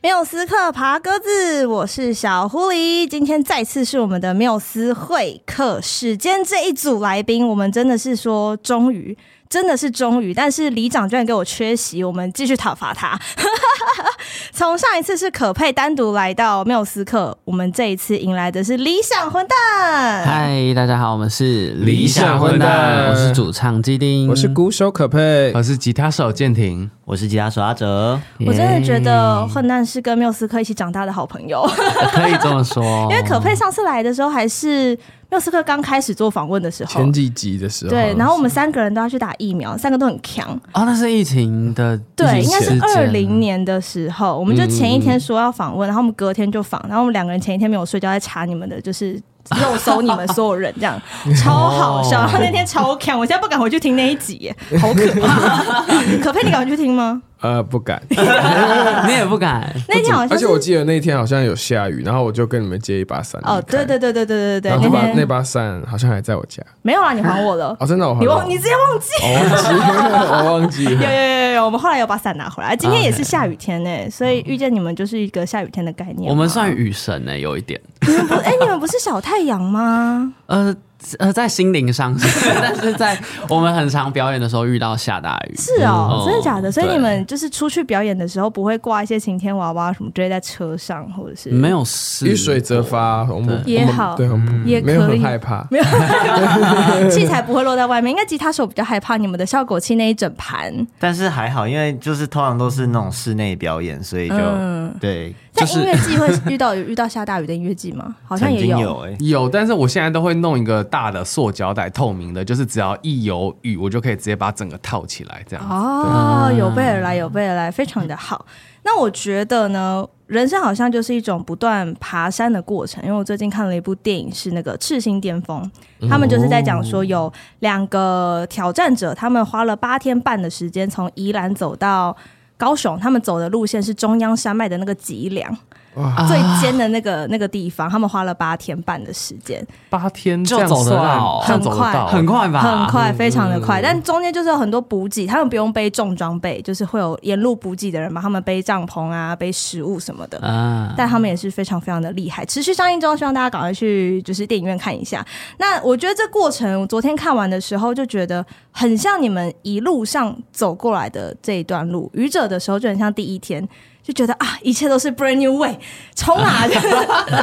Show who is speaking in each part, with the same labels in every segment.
Speaker 1: 缪斯克爬鸽子，我是小狐狸。今天再次是我们的缪斯会客室，今天这一组来宾，我们真的是说终于，真的是终于，但是里长居然给我缺席，我们继续讨伐他。 从上一次是可佩单独来到缪斯克，我们这一次迎来的是理想混蛋。
Speaker 2: 嗨，大家好，我们是
Speaker 3: 理想混蛋
Speaker 2: 我是主唱基丁，
Speaker 3: 我是鼓手可佩，
Speaker 4: 嗯我是吉他手建廷，
Speaker 5: 我是吉他手阿哲，
Speaker 1: 我真的觉得混蛋是跟缪斯克一起长大的好朋友，，
Speaker 2: 啊可以这么说
Speaker 1: 因为可佩上次来的时候还是缪斯克刚开始做访问的时候，
Speaker 3: 前几集的时候，
Speaker 1: 对，然后我们三个人都要去打疫苗，三个都很强。
Speaker 2: 啊、那是疫情的
Speaker 1: 对，
Speaker 2: 疫
Speaker 1: 应
Speaker 2: 情
Speaker 1: 该
Speaker 2: 时
Speaker 1: 是
Speaker 2: 间
Speaker 1: 二零年的时候，我们就前一天说要访问，然后我们隔天就访，然后我们两个人前一天没有睡觉，在查你们的，就是肉搜你们所有人，这样超好笑。然后那天超强，我现在不敢回去听那一集耶，好可怕。可佩，你敢回去听吗？
Speaker 3: 呃 不敢，
Speaker 2: 你也不敢，
Speaker 1: 那天好像
Speaker 3: 而
Speaker 1: 是
Speaker 3: 且我记得那天好像有下雨，然后我就跟你们借一把伞
Speaker 1: 哦，对，对对对对对对
Speaker 3: 然后
Speaker 1: 对，
Speaker 3: 那把
Speaker 1: 那
Speaker 3: 那
Speaker 1: 天
Speaker 3: 把伞好像还在我家，
Speaker 1: 没有啦，你还我了，
Speaker 3: 哦真的我还
Speaker 1: 你
Speaker 3: 了
Speaker 1: 忘你直接忘记。
Speaker 3: 我忘记了，我忘记
Speaker 1: 有
Speaker 3: 了，
Speaker 1: 有有有，我们后来有把伞拿回来。今天也是下雨天呢、所以遇见你们就是一个下雨天的概念嘛。
Speaker 2: 我们算雨神呢、欸有一点，
Speaker 1: 你们不哎、你们不是小太阳吗？
Speaker 2: 呃呃，在心灵上 是，但是在我们很常表演的时候遇到下大 雨，
Speaker 1: 是哦，
Speaker 2: 嗯
Speaker 1: 真的假的？所以
Speaker 2: 对
Speaker 1: 你们就是出去表演的时候，不会挂一些晴天娃娃什么之类在车上，或者是
Speaker 2: 没有事，
Speaker 3: 遇水则发，我们
Speaker 1: 也
Speaker 3: 我们
Speaker 1: 好
Speaker 3: 对，我们
Speaker 4: 嗯
Speaker 1: 也
Speaker 3: 没有
Speaker 1: 可以
Speaker 3: 很害怕，
Speaker 1: 没有器材不会落在外面。应该吉他手比较害怕你们的效果器那一整盘。
Speaker 5: 但是还好，因为就是通常都是那种室内表演，所以就、
Speaker 1: 嗯
Speaker 5: 对，
Speaker 1: 在
Speaker 2: 就是
Speaker 1: 音乐季会遇到有遇到下大雨的音乐季吗？好像
Speaker 5: 曾
Speaker 1: 也
Speaker 5: 经
Speaker 1: 有。
Speaker 5: 有哎、
Speaker 4: 有，但是我现在都会弄一个大的塑胶袋，透明的，就是只要一有雨，我就可以直接把整个套起来，这样。
Speaker 1: 哦，有备而来，有备而来，非常的好。那我觉得呢，人生好像就是一种不断爬山的过程。因为我最近看了一部电影，是那个《赤心巅峰》，
Speaker 4: 嗯
Speaker 1: 他们就是在讲说有两个挑战者，他们花了八天半的时间从宜兰走到。高雄，他们走的路线是中央山脉的那个脊梁，
Speaker 2: 啊
Speaker 1: 最尖的那个那个地方，他们花了八天半的时间，
Speaker 4: 八天
Speaker 2: 就
Speaker 4: 这样
Speaker 2: 走得
Speaker 4: 算
Speaker 2: 到
Speaker 4: 这样走
Speaker 1: 很快
Speaker 4: 得到，
Speaker 2: 很快吧，嗯
Speaker 1: 很快，非常的快。但中间就是有很多补给，他们不用背重装备，就是会有沿路补给的人帮他们背帐篷啊、背食物什么的。
Speaker 2: 啊，
Speaker 1: 但他们也是非常非常的厉害，持续上映中，希望大家赶快去就是电影院看一下。那我觉得这过程，我昨天看完的时候就觉得很像你们一路上走过来的这一段路，愚者的时候就很像第一天，就觉得啊，一切都是 brand new way，冲啊，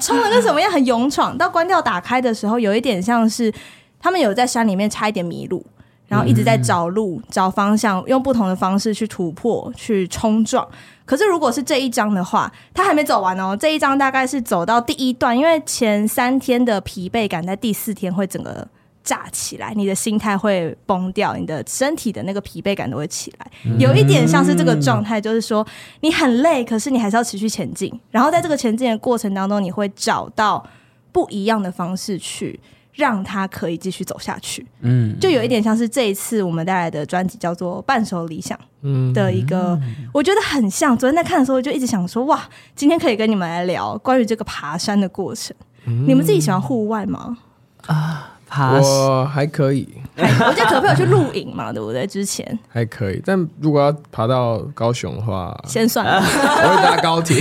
Speaker 1: 冲的跟什么样很勇闯。到关掉打开的时候，有一点像是他们有在山里面差一点迷路。然后一直在找路、找方向，用不同的方式去突破、去冲撞。可是如果是这一章的话，他还没走完哦。这一章大概是走到第一段，因为前三天的疲惫感在第四天会整个炸起来，你的心态会崩掉，你的身体的那个疲惫感都会起来，有一点像是这个状态，就是说你很累，可是你还是要持续前进。然后在这个前进的过程当中，你会找到不一样的方式去。让它可以继续走下去，嗯，就有一点像是这一次我们带来的专辑叫做《半熟理想》
Speaker 3: 嗯，
Speaker 1: 的一个，我觉得很像。昨天在看的时候，我就一直想说，哇，今天可以跟你们来聊关于这个爬山的过程。你们自己喜欢户外吗？
Speaker 2: 爬
Speaker 3: 我还可以，
Speaker 1: 还我记得可不可以有去露营嘛？对不对？之前
Speaker 3: 还可以，但如果要爬到高雄的话，
Speaker 1: 先算了，
Speaker 3: 我会搭 高铁，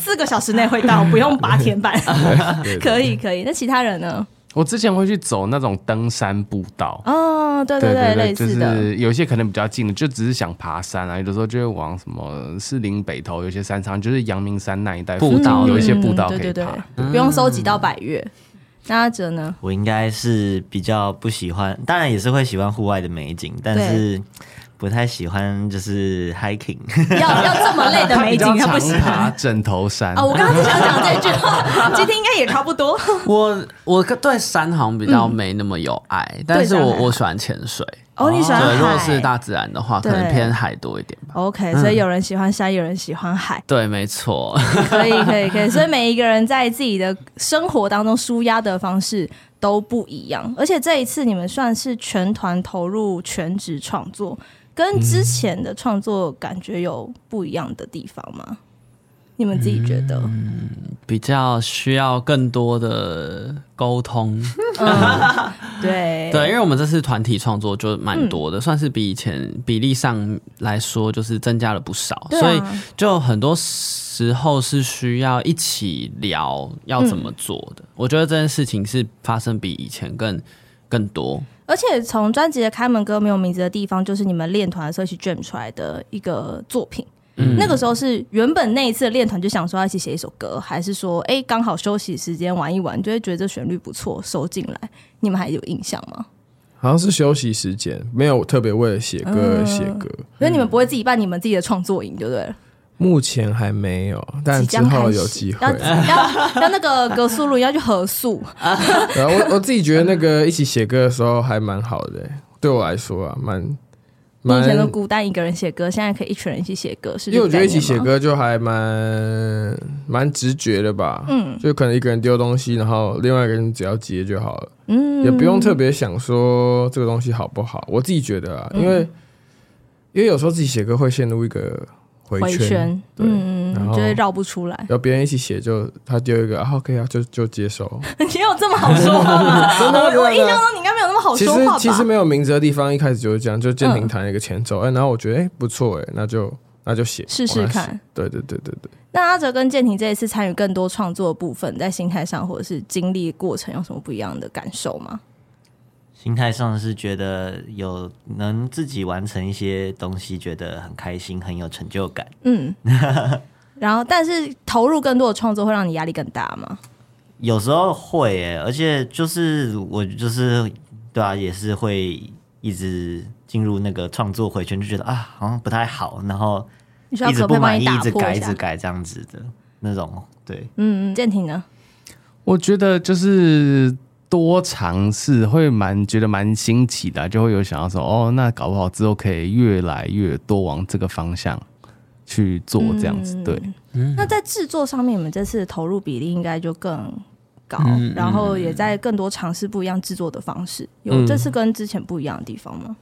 Speaker 1: 四个小时内会到，不用拔天板。
Speaker 3: 对
Speaker 1: 可以可以，那其他人呢？
Speaker 4: 我之前会去走那种登山步道。
Speaker 1: 哦，对对对，类
Speaker 4: 就
Speaker 1: 似的。
Speaker 4: 是有一些可能比较近，就只是想爬山啊，有的时候就会往什么士林北头，有些山上就是阳明山那一带
Speaker 2: 步道
Speaker 4: 附近有一些
Speaker 1: 嗯
Speaker 4: 步道
Speaker 1: 对
Speaker 4: 可以
Speaker 1: 对对
Speaker 4: 爬。，
Speaker 1: 不用收集到百越。那阿哲呢？
Speaker 5: 我应该是比较不喜欢，当然也是会喜欢户外的美景，但是不太喜欢就是 hiking。
Speaker 1: 要要这么累的 美景，他
Speaker 4: 他
Speaker 1: 不
Speaker 4: 比
Speaker 1: 喜
Speaker 4: 较常
Speaker 1: 欢
Speaker 4: 爬枕头山
Speaker 1: 啊！我刚刚就想讲这句话，今天应该也差不多。
Speaker 2: 我我对山好像比较没那么有爱，但是
Speaker 1: 嗯对山
Speaker 2: 我
Speaker 1: 还好
Speaker 2: 我喜欢潜水。
Speaker 1: 哦，你喜欢
Speaker 2: 对，如果
Speaker 1: 海？
Speaker 2: 是大自然的话，可能
Speaker 1: 对
Speaker 2: 偏海多一点吧。
Speaker 1: OK，所以有人喜欢山，有人喜欢海，
Speaker 2: 对，没错，
Speaker 1: 可以，可以，可以。所以每一个人在自己的生活当中舒压的方式都不一样，而且这一次你们算是全团投入全职创作，跟之前的创作感觉有不一样的地方吗？你们自己觉得？
Speaker 2: 比较需要更多的沟通。
Speaker 1: 对
Speaker 2: 对，因为我们这次团体创作就
Speaker 1: 嗯
Speaker 2: 蛮多的，算是比以前比例上来说，就是增加了不少，
Speaker 1: 对啊
Speaker 2: 所以就很多时候是需要一起聊要怎么
Speaker 1: 嗯
Speaker 2: 做的。我觉得这件事情是发生比以前更更多，
Speaker 1: 而且从专辑的开门歌没有名字的地方，就是你们练团的时候一起 jam 出来的一个作品。
Speaker 3: 嗯
Speaker 1: 那个时候是原本那一次的练团就想说要一起写一首歌，还是说哎刚、好休息时间玩一玩，就会觉得这旋律不错收进来？你们还有印象吗？
Speaker 3: 好像是休息时间，没有特别为了写歌
Speaker 1: 嗯
Speaker 3: 而写歌。
Speaker 1: 所以你们不会自己办你们自己的创作营，对不对了？
Speaker 3: 目前还没有，但
Speaker 1: 即
Speaker 3: 嗯之
Speaker 1: 将开
Speaker 3: 后
Speaker 1: 始哦
Speaker 3: 有机会
Speaker 1: 要。要要那个格速路要去合宿，
Speaker 3: 然后啊 我我自己觉得那个一起写歌的时候还蛮好的、对我来说啊，蛮
Speaker 1: 你以前都
Speaker 3: 蛮，
Speaker 1: 孤单一个人写歌，现在可以一群人一起写歌，是这
Speaker 3: 因为我
Speaker 1: 个
Speaker 3: 觉
Speaker 1: 概
Speaker 3: 得一
Speaker 1: 念吗？
Speaker 3: 起写歌就还蛮蛮直觉的吧，嗯，就可能一个人丢东西，然后另外一个人只要接就好了，嗯，也不用特别想说这个东西好不好，我自己觉得啊，
Speaker 1: 嗯
Speaker 3: 因为、因为有时候自己写歌会陷入一个回
Speaker 1: 回圈，
Speaker 3: 对
Speaker 1: 嗯，
Speaker 3: 然
Speaker 1: 就
Speaker 3: 后
Speaker 1: 会绕不出来。
Speaker 3: 然后别人一起写就他丢一个啊，OK 啊，就就 接收，
Speaker 1: 你有这么好说话吗？ 我我印象哦中你应该没有那么好
Speaker 3: 其
Speaker 1: 说
Speaker 3: 实
Speaker 1: 话吧？
Speaker 3: 其实没有名字的地方，一开始就是这样，就建平弹一个前奏，哎、然后我觉得哎、不错哎、那就那就写
Speaker 1: 试试。
Speaker 3: 往那写
Speaker 1: 看。
Speaker 3: 对对对对对，
Speaker 1: 那阿哲跟建廷这一次参与更多创作的部分，在心态上或者是经历过程有什么不一样的感受吗？
Speaker 5: 心态上是觉得有能自己完成一些东西，觉得很开心，很有成就感。
Speaker 1: 嗯，然后但是投入更多的创作会让你压力更大吗？
Speaker 5: 有时候会耶，而且就是我就是对啊，也是会一直进入那个创作回圈，就觉得啊，好像不太好，然后
Speaker 1: 你需要
Speaker 5: 一直
Speaker 1: 可
Speaker 5: 不
Speaker 1: 佩帮
Speaker 5: 满意，
Speaker 1: 你打
Speaker 5: 一直
Speaker 1: 破
Speaker 5: 改，一
Speaker 1: 下
Speaker 5: 直。改这样子的那种。对，
Speaker 1: 嗯，嗯，建廷呢？
Speaker 4: 我觉得就是多尝试，会蛮觉得蛮新奇的啊、就会有想要说，哦，那搞不好之后可以越来越多往这个方向去做，这样
Speaker 1: 嗯
Speaker 4: 子、对。
Speaker 5: 嗯
Speaker 1: 那在制作上面，你们这次的投入比例应该就更高，
Speaker 5: 嗯
Speaker 1: 然后也在更多尝试不一样制作的方式。
Speaker 5: 嗯
Speaker 1: 有这次跟之前不一样的地方吗？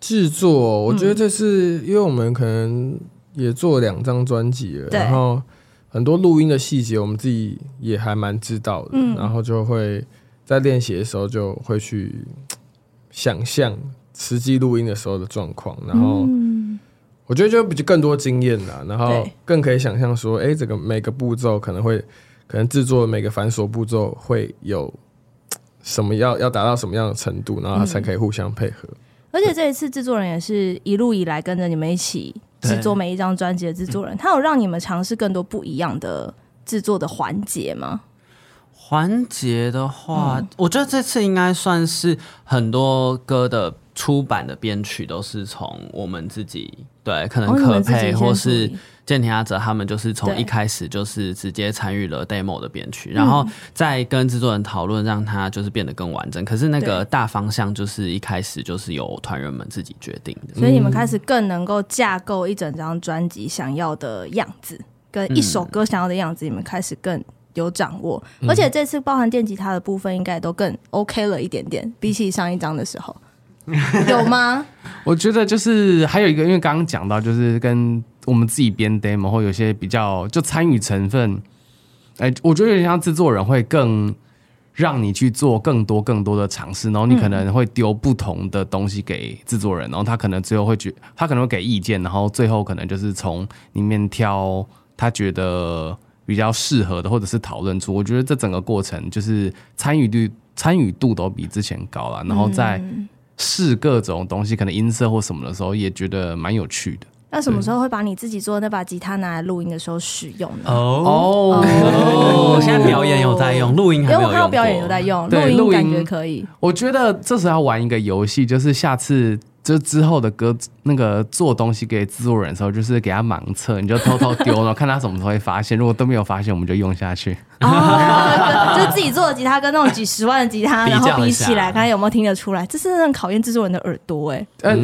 Speaker 3: 制作我觉得
Speaker 1: 嗯
Speaker 3: 这是、因为我们可能也做两张专辑了，
Speaker 1: 对
Speaker 3: 然后很多录音的细节我们自己也还蛮知道的，
Speaker 1: 嗯
Speaker 3: 然后就会在练习的时候就会去嘖想象实际录音的时候的状况，然后。
Speaker 1: 嗯，
Speaker 3: 我觉得就比较更多经验啦，然后
Speaker 1: 对
Speaker 3: 更可以想象说，哎、这个每个步骤可能会，可能制作每个繁琐步骤会有嘖什么要要达到什么样的程度，然后它
Speaker 1: 嗯
Speaker 3: 才可以互相配合。
Speaker 1: 而且这一次制作人也是一路以来跟着你们一起制作每一张专辑的制
Speaker 2: 嗯
Speaker 1: 作人，他有让你们尝试更多不一样的制作的环节吗？
Speaker 2: 环节的话，
Speaker 1: 嗯
Speaker 2: 我觉得这次应该算是很多歌的出版的编曲都是从我们自己对，可能
Speaker 1: 哦你
Speaker 2: 可
Speaker 1: 们自己
Speaker 2: 配、
Speaker 1: 先
Speaker 2: 或
Speaker 1: 处
Speaker 2: 是
Speaker 1: 理
Speaker 2: 健田阿哲他们就是从
Speaker 1: 对嗯
Speaker 2: 一开始就是直接参与了 demo 的编曲，然后再跟制作人讨论，让它就是变得更完整。可是那个
Speaker 1: 对
Speaker 2: 大方向就是一开始就是由团员们自己决定 的。
Speaker 1: 所以你们开始更能够架构一整张专辑想要的样子，跟一首歌想要的样子，你们开始更有掌握。
Speaker 2: 嗯
Speaker 1: 而且这次包含电吉他的部分，应该都更 OK 了一点
Speaker 2: 嗯
Speaker 1: 点，比起上一张的 时候，有吗？
Speaker 4: 我觉得就是还有一个，因为刚刚讲到，就是跟我们自己编 demo 或有些比较就参与成分，哎、我觉得有点像制作人会更让你去做更多更多的尝试，然后你可能会丢不同的东西给制作人，然后他可能最后会觉他可能会给意见，然后最后可能就是从里面挑他觉得比较适合的，或者是讨论出。我觉得这整个过程就是参与率参与度都比之前高了，然后在。试各种东西，可能音色或什么的时候，也觉得蛮有趣的。
Speaker 1: 那什么时候会把你自己做的那把吉他拿来录音的时候使用呢？
Speaker 2: 哦
Speaker 1: 哦
Speaker 2: 现在表演有在用，录音
Speaker 1: 因
Speaker 2: 还
Speaker 1: 为
Speaker 2: 没有
Speaker 1: 我
Speaker 2: 用
Speaker 1: 看到
Speaker 2: 过。
Speaker 1: 表演嗯有在用，
Speaker 4: 对
Speaker 1: 录
Speaker 4: 录
Speaker 1: 音感
Speaker 4: 音
Speaker 1: 觉可以。
Speaker 4: 我觉得这时候要玩一个游戏，就是下次就之后的歌那个做东西给制作人的时候，就是给他盲测，你就偷偷丢，然后看他什么时候会发现。如果都没有发现，我们就用下去。
Speaker 1: 哦，就自己做的吉他跟那种几十万的吉他，
Speaker 2: 比
Speaker 1: 然
Speaker 2: 较一下
Speaker 1: 后比起来，看看有没有听得出来，这是很考验制作人的耳朵哎、
Speaker 4: 呃，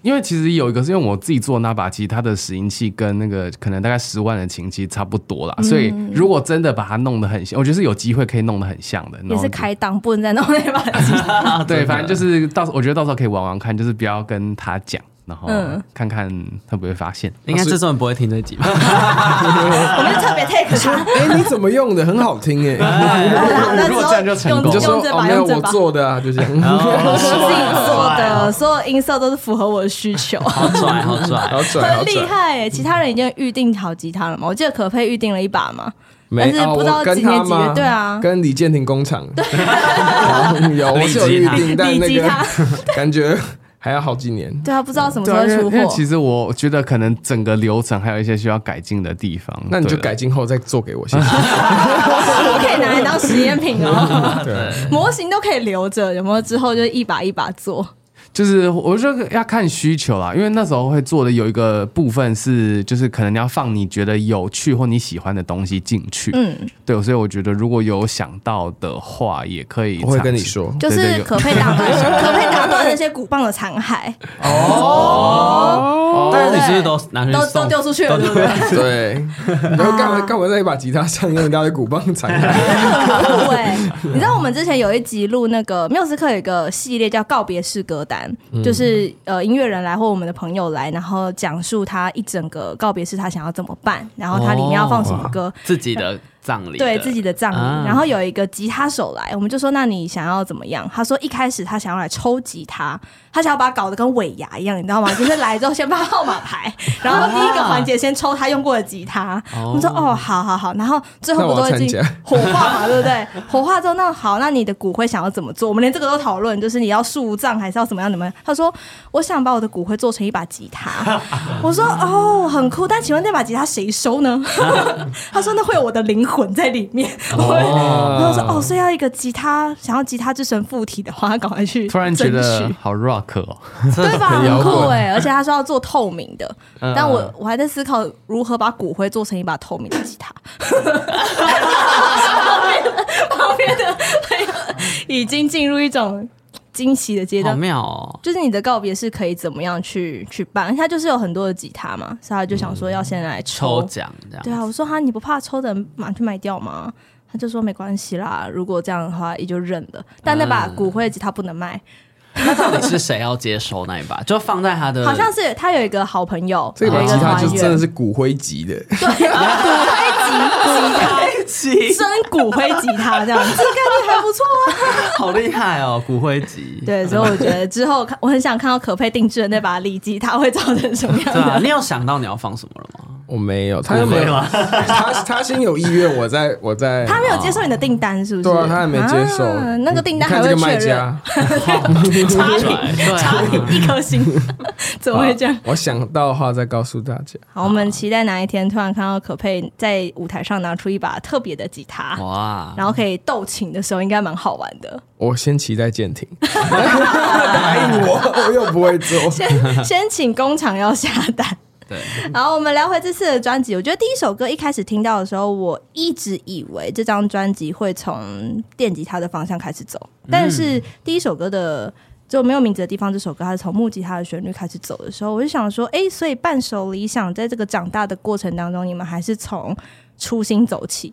Speaker 4: 因为其实有一个是因为我自己做那把吉他的拾音器跟那个可能大概十万的琴其实差不多啦，所以如果真的把它弄得很像，我觉得是有机会可以弄得很像的。
Speaker 1: 也
Speaker 4: 然后
Speaker 1: 是
Speaker 4: 就
Speaker 1: 开档，不能再弄那把吉他。
Speaker 4: 对，反正就是到时候我觉得到时候可以玩玩看，就是不要跟他讲。然后
Speaker 1: 嗯
Speaker 4: 看看会不会发现。
Speaker 2: 应该制作人不会听这集 吧？
Speaker 1: 我们就特别 take 它。
Speaker 3: 哎，你怎么用的？很好听 哎。
Speaker 1: 好啦那
Speaker 4: 如果
Speaker 1: 之后
Speaker 4: 这样就成
Speaker 1: 用
Speaker 4: 功
Speaker 3: 你就
Speaker 4: 了
Speaker 3: 说
Speaker 1: 啊用这
Speaker 3: 哦，
Speaker 1: 把，
Speaker 3: 没有
Speaker 1: 用这
Speaker 3: 我
Speaker 1: 把。
Speaker 3: 做的啊，就 这样。
Speaker 1: 我自己做
Speaker 5: 帅
Speaker 1: 的，所有音色都是符合我的需求，
Speaker 2: 好拽，好
Speaker 3: 好
Speaker 2: 拽！
Speaker 3: 拽，好
Speaker 1: 很厉
Speaker 3: 拽。
Speaker 1: 害耶！其他人已经预定好吉他了嘛？我记得可佩预定了一把嘛，
Speaker 3: 没
Speaker 1: 但是
Speaker 3: 哦
Speaker 1: 不知道
Speaker 3: 我跟
Speaker 1: 今年
Speaker 3: 他
Speaker 1: 几月
Speaker 3: 吗
Speaker 1: 对啊
Speaker 3: 跟李建廷工厂 哦有，我是有预定，但
Speaker 1: 李
Speaker 3: 那
Speaker 1: 吉
Speaker 3: 个
Speaker 1: 他
Speaker 3: 感觉还要好几年。
Speaker 1: 对啊，不知道什么时
Speaker 4: 对啊，
Speaker 1: 候
Speaker 4: 因为
Speaker 1: 出
Speaker 4: 因为
Speaker 1: 货
Speaker 4: 其。实我觉得可能整个流程还有一些需要改进的地方。
Speaker 3: 那你就
Speaker 4: 对了啊
Speaker 3: 改进后再做给我，谢谢。
Speaker 1: 我可以拿来当实验品哦，
Speaker 3: 对，
Speaker 1: 模型都可以留着，有没有？之后就一把一把做，
Speaker 4: 就是我觉得要看需求啦，因为那时候会做的有一个部分是，就是可能你要放你觉得有趣或你喜欢的东西进去。
Speaker 1: 嗯，
Speaker 4: 对，所以我觉得如果有想到的话，也可以。
Speaker 3: 我会跟你，说。
Speaker 1: 就
Speaker 4: 嗯对对
Speaker 1: 是
Speaker 4: 有
Speaker 1: 可佩打 断，可佩打断那些鼓棒的残骸，
Speaker 2: 哦但是你是不是都拿去
Speaker 1: 都都
Speaker 2: 送
Speaker 1: 丢出去了，对 不对？
Speaker 3: 对，你要干嘛干嘛在一把吉他上用一大堆鼓棒踩？
Speaker 1: 不会，你知道我们之前有一集录那个缪斯克有一个系列叫告别式歌单，
Speaker 4: 嗯
Speaker 1: 就是呃音乐人来或我们的朋友来，然后讲述他一整个告别式他想要怎么办，然后他里面要放什么歌，
Speaker 2: 自己的葬礼的？
Speaker 1: 对自己的葬礼。
Speaker 2: 啊
Speaker 1: 然后有一个吉他手来，我们就说那你想要怎么样？他说一开始他想要来抽吉他，他想要把它搞得跟尾牙一样，你知道吗？ 就是来之后先发号码牌，然后第一个环节先抽他用过的吉他。
Speaker 2: 哦
Speaker 1: 我们说哦，好好好，然后最
Speaker 3: 那
Speaker 1: 后
Speaker 3: 我
Speaker 1: 不都
Speaker 3: 要
Speaker 1: 已
Speaker 3: 参
Speaker 1: 经
Speaker 3: 加
Speaker 1: 火化嘛，对不对？火化之后，那好，那你的骨灰想要怎么做？我们连这个都讨论，就是你要树葬还是要怎么样？怎么样？他说我想把我的骨灰做成一把吉他。我说哦，很酷，但请问那把吉他谁收呢？他说那会有我的灵魂在里面。我然后我说哦，所以要一个吉他，想要吉他之神附体的话，赶快去
Speaker 4: 突然觉
Speaker 1: 争
Speaker 4: 得
Speaker 1: 取
Speaker 4: 好 rock 哦。
Speaker 1: 对吧？
Speaker 3: 很摇
Speaker 1: 很
Speaker 3: 滚
Speaker 1: 酷哎、而且他说要做透明的，
Speaker 4: 嗯
Speaker 1: 但我我还在思考如何把骨灰做成一把透明的吉他。旁边的旁边的朋友已经进入一种惊喜的阶
Speaker 2: 好
Speaker 1: 段，
Speaker 2: 妙哦！
Speaker 1: 就是你的告别是可以怎么样去去办？而且他就是有很多的吉他嘛，所以他就想说要先来
Speaker 2: 抽奖这样，
Speaker 1: 对啊，我说哈，你不怕抽的人马上去卖掉吗？他就说没关系啦，如果这样的话也就认了。但那把骨灰吉他不能卖，
Speaker 2: 那到底是谁要接收那一把？就放在他的，
Speaker 1: 好像是他有一个好朋友，
Speaker 3: 这把
Speaker 1: 有一
Speaker 3: 吉
Speaker 1: 个
Speaker 3: 他就
Speaker 1: 团员
Speaker 3: 真的是骨灰级的，
Speaker 1: 对，骨灰吉吉他，真骨灰吉他这 样，这个概念还不错啊。
Speaker 2: 好厉害哦，骨灰级。
Speaker 1: 对，所以我觉得之后看，我很想看到可佩定制的那把利吉他会造成什么样
Speaker 2: 对啊，
Speaker 1: 的。
Speaker 2: 你有想到你要放什么了 吗？
Speaker 3: 我没有，他又没有，他他先有意愿，我在我在，
Speaker 1: 他没有接受你的订单，是不是？
Speaker 3: 哦对啊，他还没接受
Speaker 1: 啊那个订单
Speaker 3: 你
Speaker 1: 还
Speaker 3: 看这
Speaker 1: 会
Speaker 3: 个卖
Speaker 1: 确认，
Speaker 3: 家，
Speaker 1: 差评，
Speaker 2: 对
Speaker 1: 差评
Speaker 2: 啊，
Speaker 1: 一颗 星，怎么会这样？
Speaker 3: 啊我想到的话再告诉大家。
Speaker 1: 好，我们期待哪一天突然看到可佩在舞台上拿出一把特别的吉他，
Speaker 3: 哦
Speaker 2: 哇，
Speaker 1: 然后可以斗琴的时候，应该蛮好玩的。
Speaker 3: 我先期待 舰艇，答应我，我又不会做。
Speaker 1: 先先请工厂要下单。
Speaker 2: 对，
Speaker 1: 好，我们聊回这次的专辑。我觉得第一首歌一开始听到的时候，我一直以为这张专辑会从电吉他的方向开始走，但是第一首歌的就没有名字的地方，这首歌它是从木吉他的旋律开始走的时候，我就想说，哎、所以半首理想在这个长大的过程当中，你们还是从初心走起，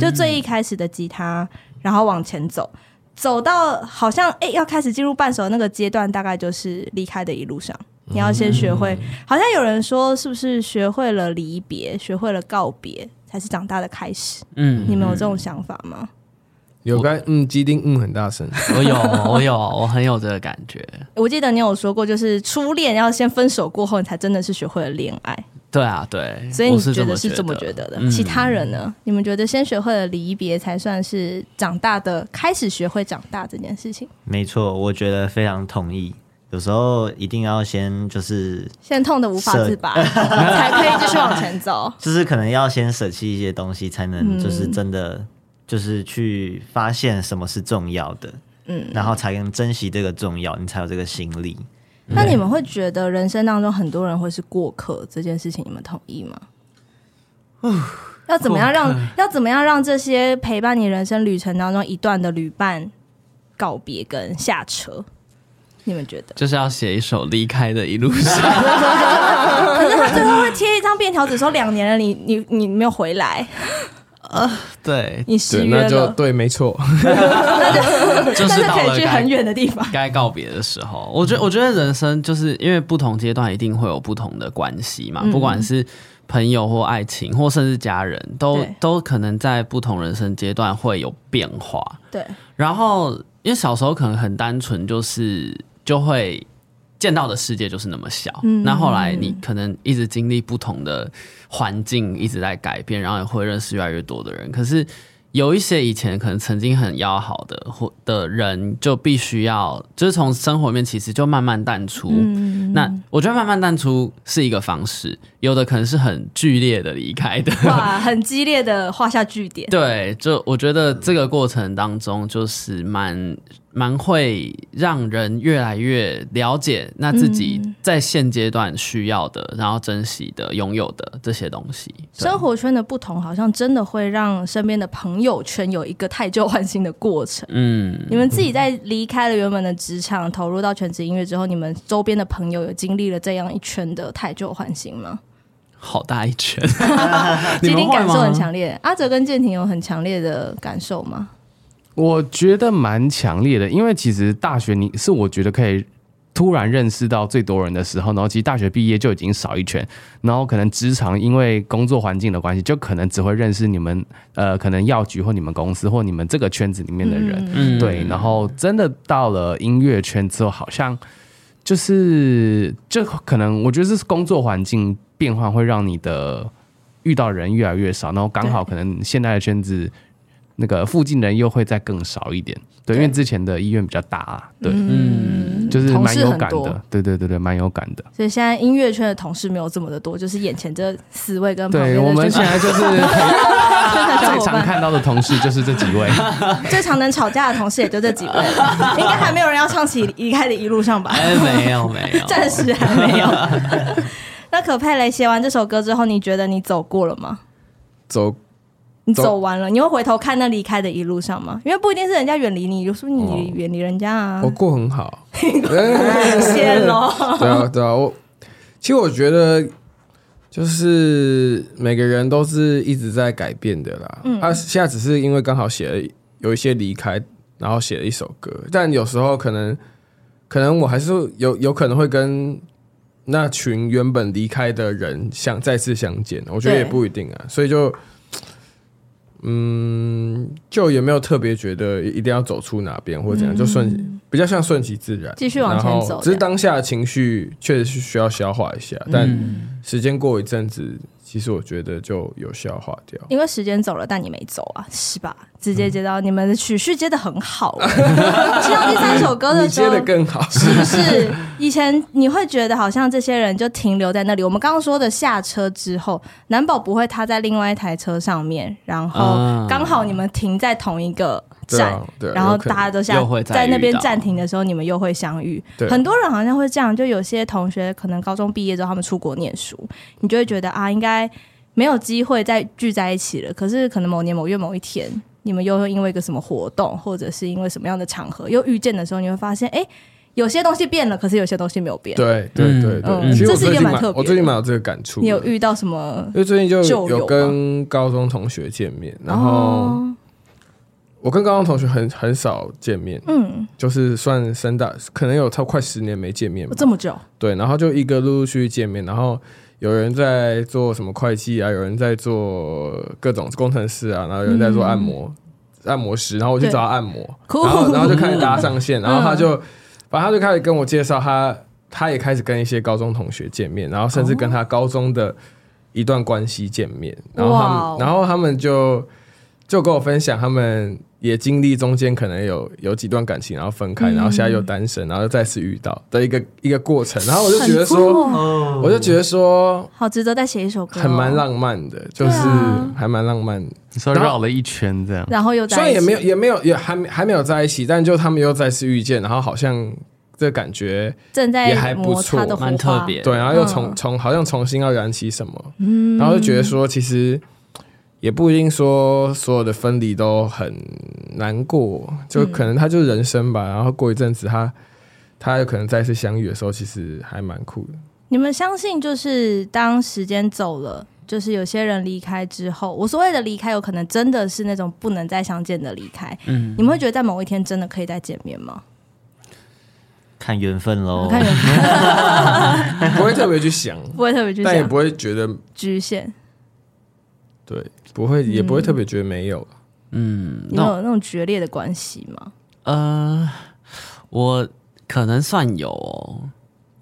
Speaker 1: 就最一开始的吉他，然后往前走。走到好像哎、诶要开始进入半首那个阶段，大概就是离开的一路上，你要先学会。好像有人说，是不是学会了离别，学会了告别，才是长大的开始？
Speaker 2: 嗯
Speaker 1: 你们有这种想法吗？
Speaker 3: 有该嗯，鸡丁嗯很大声，
Speaker 2: 我有，我有，我很有这个感觉。
Speaker 1: 我记得你有说过，就是初恋要先分手过后，你才真的是学会了恋爱。
Speaker 2: 对啊，对，
Speaker 1: 所以
Speaker 2: 我
Speaker 1: 你
Speaker 2: 是
Speaker 1: 觉
Speaker 2: 么？
Speaker 1: 得嗯是这么觉得嗯的？其他人呢？你们觉得先学会了离别，才算是长大的开始，学会长大这件事情？
Speaker 5: 没错，我觉得非常同意。有时候一定要先就是
Speaker 1: 先痛的无法自拔，才可以继续往前走。
Speaker 5: 就是可能要先舍弃一些东西，才
Speaker 1: 嗯
Speaker 5: 能就是真的就是去发现什么是重要的，嗯，然后才能珍惜这个重要，你才有这个心力。
Speaker 1: 那你们会觉得人生当中很多人会是过客这件事情，你们同意吗？要怎么样让要怎么样让这些陪伴你人生旅程当中一段的旅伴告别跟下车？你们觉得
Speaker 2: 就是要写一首《离开的一 路上》。
Speaker 1: 可是他最后会贴一张便条纸说两年了你，你你没有回来，
Speaker 2: 对，
Speaker 1: 你失
Speaker 3: 对，
Speaker 1: 约
Speaker 3: 那就
Speaker 1: 了，
Speaker 3: 对，没错，
Speaker 2: 就
Speaker 1: 但
Speaker 2: 是
Speaker 1: 是
Speaker 2: 到
Speaker 1: 可
Speaker 2: 了
Speaker 1: 以去
Speaker 2: 该
Speaker 1: 很远的地 方。
Speaker 2: 该告别的时候，我觉得我觉得人生就是因为不同阶段一定会有不同的关系嘛，不管是朋友或爱情，或甚至家人，都
Speaker 1: 对
Speaker 2: 都可能在不同人生阶段会有变化。
Speaker 1: 对，
Speaker 2: 然后因为小时候可能很单纯，就是就会见到的世界就是那么小。那后来你可能一直经历不同的环境，一直在改变，然后也会认识越来越多的人。可是有一些以前可能曾经很要好的或的人，就必须要就是从生活里面其实就慢慢淡出。
Speaker 1: 嗯
Speaker 2: 那我觉得慢慢淡出是一个方式，有的可能是很剧烈的离开的，
Speaker 1: 哇，很激烈的画下句点。
Speaker 2: 嗯对，就我觉得这个过程当中，就是蛮蛮会让人越来越了解那自己
Speaker 1: 嗯
Speaker 2: 在现阶段需要的，然后珍惜的、拥有的这些东西。对
Speaker 1: 生活圈的不同，好像真的会让身边的朋友圈有一个太旧换新的过程。
Speaker 2: 嗯，
Speaker 1: 你们自己在离开了原本的职场，投入到全职音乐之后，你们周边的朋友有经历了这样一圈的太旧换新吗？
Speaker 2: 好大 一圈，你
Speaker 1: 今
Speaker 2: 们
Speaker 1: 天
Speaker 2: 会
Speaker 1: 感受
Speaker 2: 吗
Speaker 1: 很强烈。阿哲跟建廷有很强烈的感受吗？
Speaker 4: 我觉得蛮强烈的，因为其实大学你是我觉得可以突然认识到最多人的时候，然后其实大学毕业就已经少一圈，然后可能职场因为工作环境的关系，就可能只会认识你们呃可能药局或你们公司或你们这个圈子里面的人，
Speaker 2: 嗯，
Speaker 4: 对，然后真的到了音乐圈之后，好像就是就可能我觉得是工作环境变换会让你的遇到人越来越少，然后刚好可能现在的圈子那个附近人又会再更少一点，对，因为之前的医院比较大、啊，对，
Speaker 2: 嗯，
Speaker 4: 就是
Speaker 1: 同
Speaker 4: 蛮
Speaker 1: 事
Speaker 4: 有
Speaker 1: 很
Speaker 4: 感
Speaker 1: 多
Speaker 4: 的，对对对对，蛮有感的。
Speaker 1: 所以现在音乐圈的同事没有这么的多，就是眼前这四位跟旁边
Speaker 4: 对我
Speaker 1: 的
Speaker 4: 们
Speaker 1: 这
Speaker 4: 现在就是
Speaker 1: 圈的小
Speaker 4: 最
Speaker 1: 伙
Speaker 4: 常
Speaker 1: 伴，
Speaker 4: 看到的同事就是这几 位，
Speaker 1: 最常能吵架的同事也就这几位 了，应该还没有人要唱起离开的一路上吧？
Speaker 2: 哎，没有没有，
Speaker 1: 暂时还没有。 那可佩雷写完这首歌之后，你觉得你走过了吗？
Speaker 3: 走
Speaker 1: 你
Speaker 3: 走
Speaker 1: 走完了，你会回头看那离开的一路上吗？因为不一定是人家远离你，有时候你
Speaker 3: 哦
Speaker 1: 远离人家啊
Speaker 3: 我。过 很好，
Speaker 1: 哎谢喽，
Speaker 3: 对啊，对啊，我其实我觉得就是每个人都是一直在改变的啦。嗯，啊，现在只是因为刚好写了有一些离开，然后写了一首歌，但有时候可能可能我还是有有可能会跟那群原本离开的人相再次相见，我觉得
Speaker 1: 对
Speaker 3: 也不一定啊，所以就。嗯，就也没有特别觉得一定要走出哪边或怎样，就顺比较像顺其自然，
Speaker 1: 嗯继续往前
Speaker 3: 然后
Speaker 1: 走这
Speaker 3: 只是
Speaker 1: 样嗯
Speaker 3: 当下的情绪确实是需要消化一下，但时间过一阵子，其实我觉得就有消化掉。
Speaker 1: 因为时间走了，但你没走啊，是吧？直接接到你们的曲序接的很好、 欸，接到第三首歌
Speaker 3: 你
Speaker 1: 的时
Speaker 3: 接
Speaker 1: 候
Speaker 3: 的，更好，
Speaker 1: 是不是？以前你会觉得好像这些人就停留在那里。我们刚刚说的下车之后，难保不会他在另外一台车上面，然后
Speaker 2: 啊
Speaker 1: 刚好你们停在同一个
Speaker 3: 对
Speaker 1: 站，
Speaker 3: 啊，对啊，
Speaker 1: 然后
Speaker 3: 有可能
Speaker 1: 大家都下
Speaker 2: 又会再
Speaker 1: 在那边
Speaker 2: 遇到
Speaker 1: 暂停的时候，你们又会相遇。
Speaker 3: 对
Speaker 1: 很多人好像会这样，就有些同学可能高中毕业之后他们出国念书，你就会觉得啊，应该没有机会再聚在一起了。可是可能某年某月某一天，你们又会因为一个什么活动，或者是因为什么样的场合又遇见的时候，你会发现，哎，有些东西变了，可是有些东西没有变。
Speaker 3: 对对对
Speaker 1: 嗯
Speaker 3: 对。其实我
Speaker 1: 这是一个
Speaker 3: 最近
Speaker 1: 蛮
Speaker 3: 蛮
Speaker 1: 特别的
Speaker 3: 我最近蛮有这个感触的，啊
Speaker 1: 你有遇到什么？
Speaker 3: 因为最近就
Speaker 1: 旧友吗
Speaker 3: 有跟高中同学见面，然后
Speaker 1: 哦
Speaker 3: 我跟高中同学很很少见面，
Speaker 1: 嗯，
Speaker 3: 就是算升大，可能有超快十年没见面吧。
Speaker 1: 哦这么久，
Speaker 3: 对，然后就一个陆陆续续见面，然后有人在做什么会计啊，有人在做各种工程师啊，然后有人在做按摩、按摩师，然后我去
Speaker 1: 嗯对
Speaker 3: 找他按摩，
Speaker 1: 酷
Speaker 3: 然后然后就开始搭上线，然后他就，反正他就开始跟我介绍他，他也开始跟一些高中同学见面，然后
Speaker 1: 哦
Speaker 3: 甚至跟他高中的一段关系见面，然后他们，
Speaker 1: 哇哦
Speaker 3: 然后他们就就跟我分享他们。也经历中间可能有有几段感情，然后分
Speaker 1: 嗯
Speaker 3: 开，然后现在又单身，然后又再次遇到的一个一个过程，然后我就觉得
Speaker 1: 很酷
Speaker 3: 说，
Speaker 1: 哦
Speaker 3: 我就觉得说
Speaker 1: 好值得再写一首歌哦，
Speaker 3: 还蛮浪漫的，就是
Speaker 1: 对啊
Speaker 3: 还蛮浪漫的。
Speaker 4: 你说绕了一圈这样，
Speaker 1: 然后又在
Speaker 3: 虽然
Speaker 1: 一
Speaker 3: 也
Speaker 1: 起
Speaker 3: 没有，也没有，也还没还没有在一起，但就他们又再次遇见，然后好像这感觉
Speaker 1: 正
Speaker 3: 也
Speaker 1: 在
Speaker 3: 还不
Speaker 1: 摩擦
Speaker 3: 错
Speaker 1: 的火
Speaker 2: 蛮特
Speaker 1: 花
Speaker 2: 别的。
Speaker 3: 对，然啊后又重
Speaker 1: 嗯
Speaker 3: 重好像重新要燃起什么，然后就觉得说其实也不一定说所有的分离都很难过，就可能他就是人生吧，然后过一阵子他他有可能再次相遇的时候，其实还蛮酷的。
Speaker 1: 你们相信，就是当时间走了，就是有些人离开之后，我所谓的离开，有可能真的是那种不能再相见的离开。嗯，你们会觉得在某一天真的可以再见面吗？
Speaker 5: 看缘分
Speaker 1: 我
Speaker 2: 哦
Speaker 5: 喽。
Speaker 1: 看有没有
Speaker 3: 不会特别去想，
Speaker 1: 不会特别去
Speaker 3: 但也
Speaker 1: 想
Speaker 3: 不会觉得
Speaker 1: 局限，
Speaker 3: 对，不会也不会特别觉得没有。
Speaker 2: 嗯，
Speaker 1: 你
Speaker 2: 那
Speaker 1: 们
Speaker 2: 我
Speaker 1: 有那种决裂的关系吗？
Speaker 2: 呃，我可能算有哦，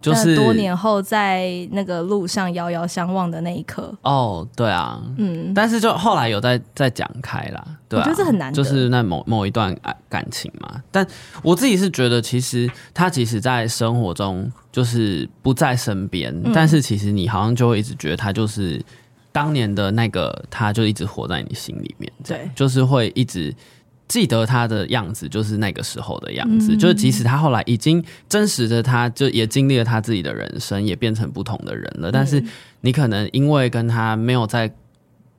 Speaker 2: 就
Speaker 1: 那
Speaker 2: 是
Speaker 1: 多年后在那个路上遥遥相望的那一刻，
Speaker 2: 哦，对啊，
Speaker 1: 嗯，
Speaker 2: 但是就后来有在再讲开啦，对、啊，
Speaker 1: 我觉得这很难得
Speaker 2: 就是那某某一段啊感情嘛。但我自己是觉得，其实他即使在生活中就是不在身边，但是其实你好像就会一直觉得他就是当年的那个，他就一直活在你心里面，
Speaker 1: 对，
Speaker 2: 就是会一直。记得他的样子，就是那个时候的样
Speaker 1: 嗯
Speaker 2: 子。就是即使他后来已经真实的他，就也经历了他自己的人生，也变成不同的人
Speaker 1: 嗯
Speaker 2: 了。但是你可能因为跟他没有在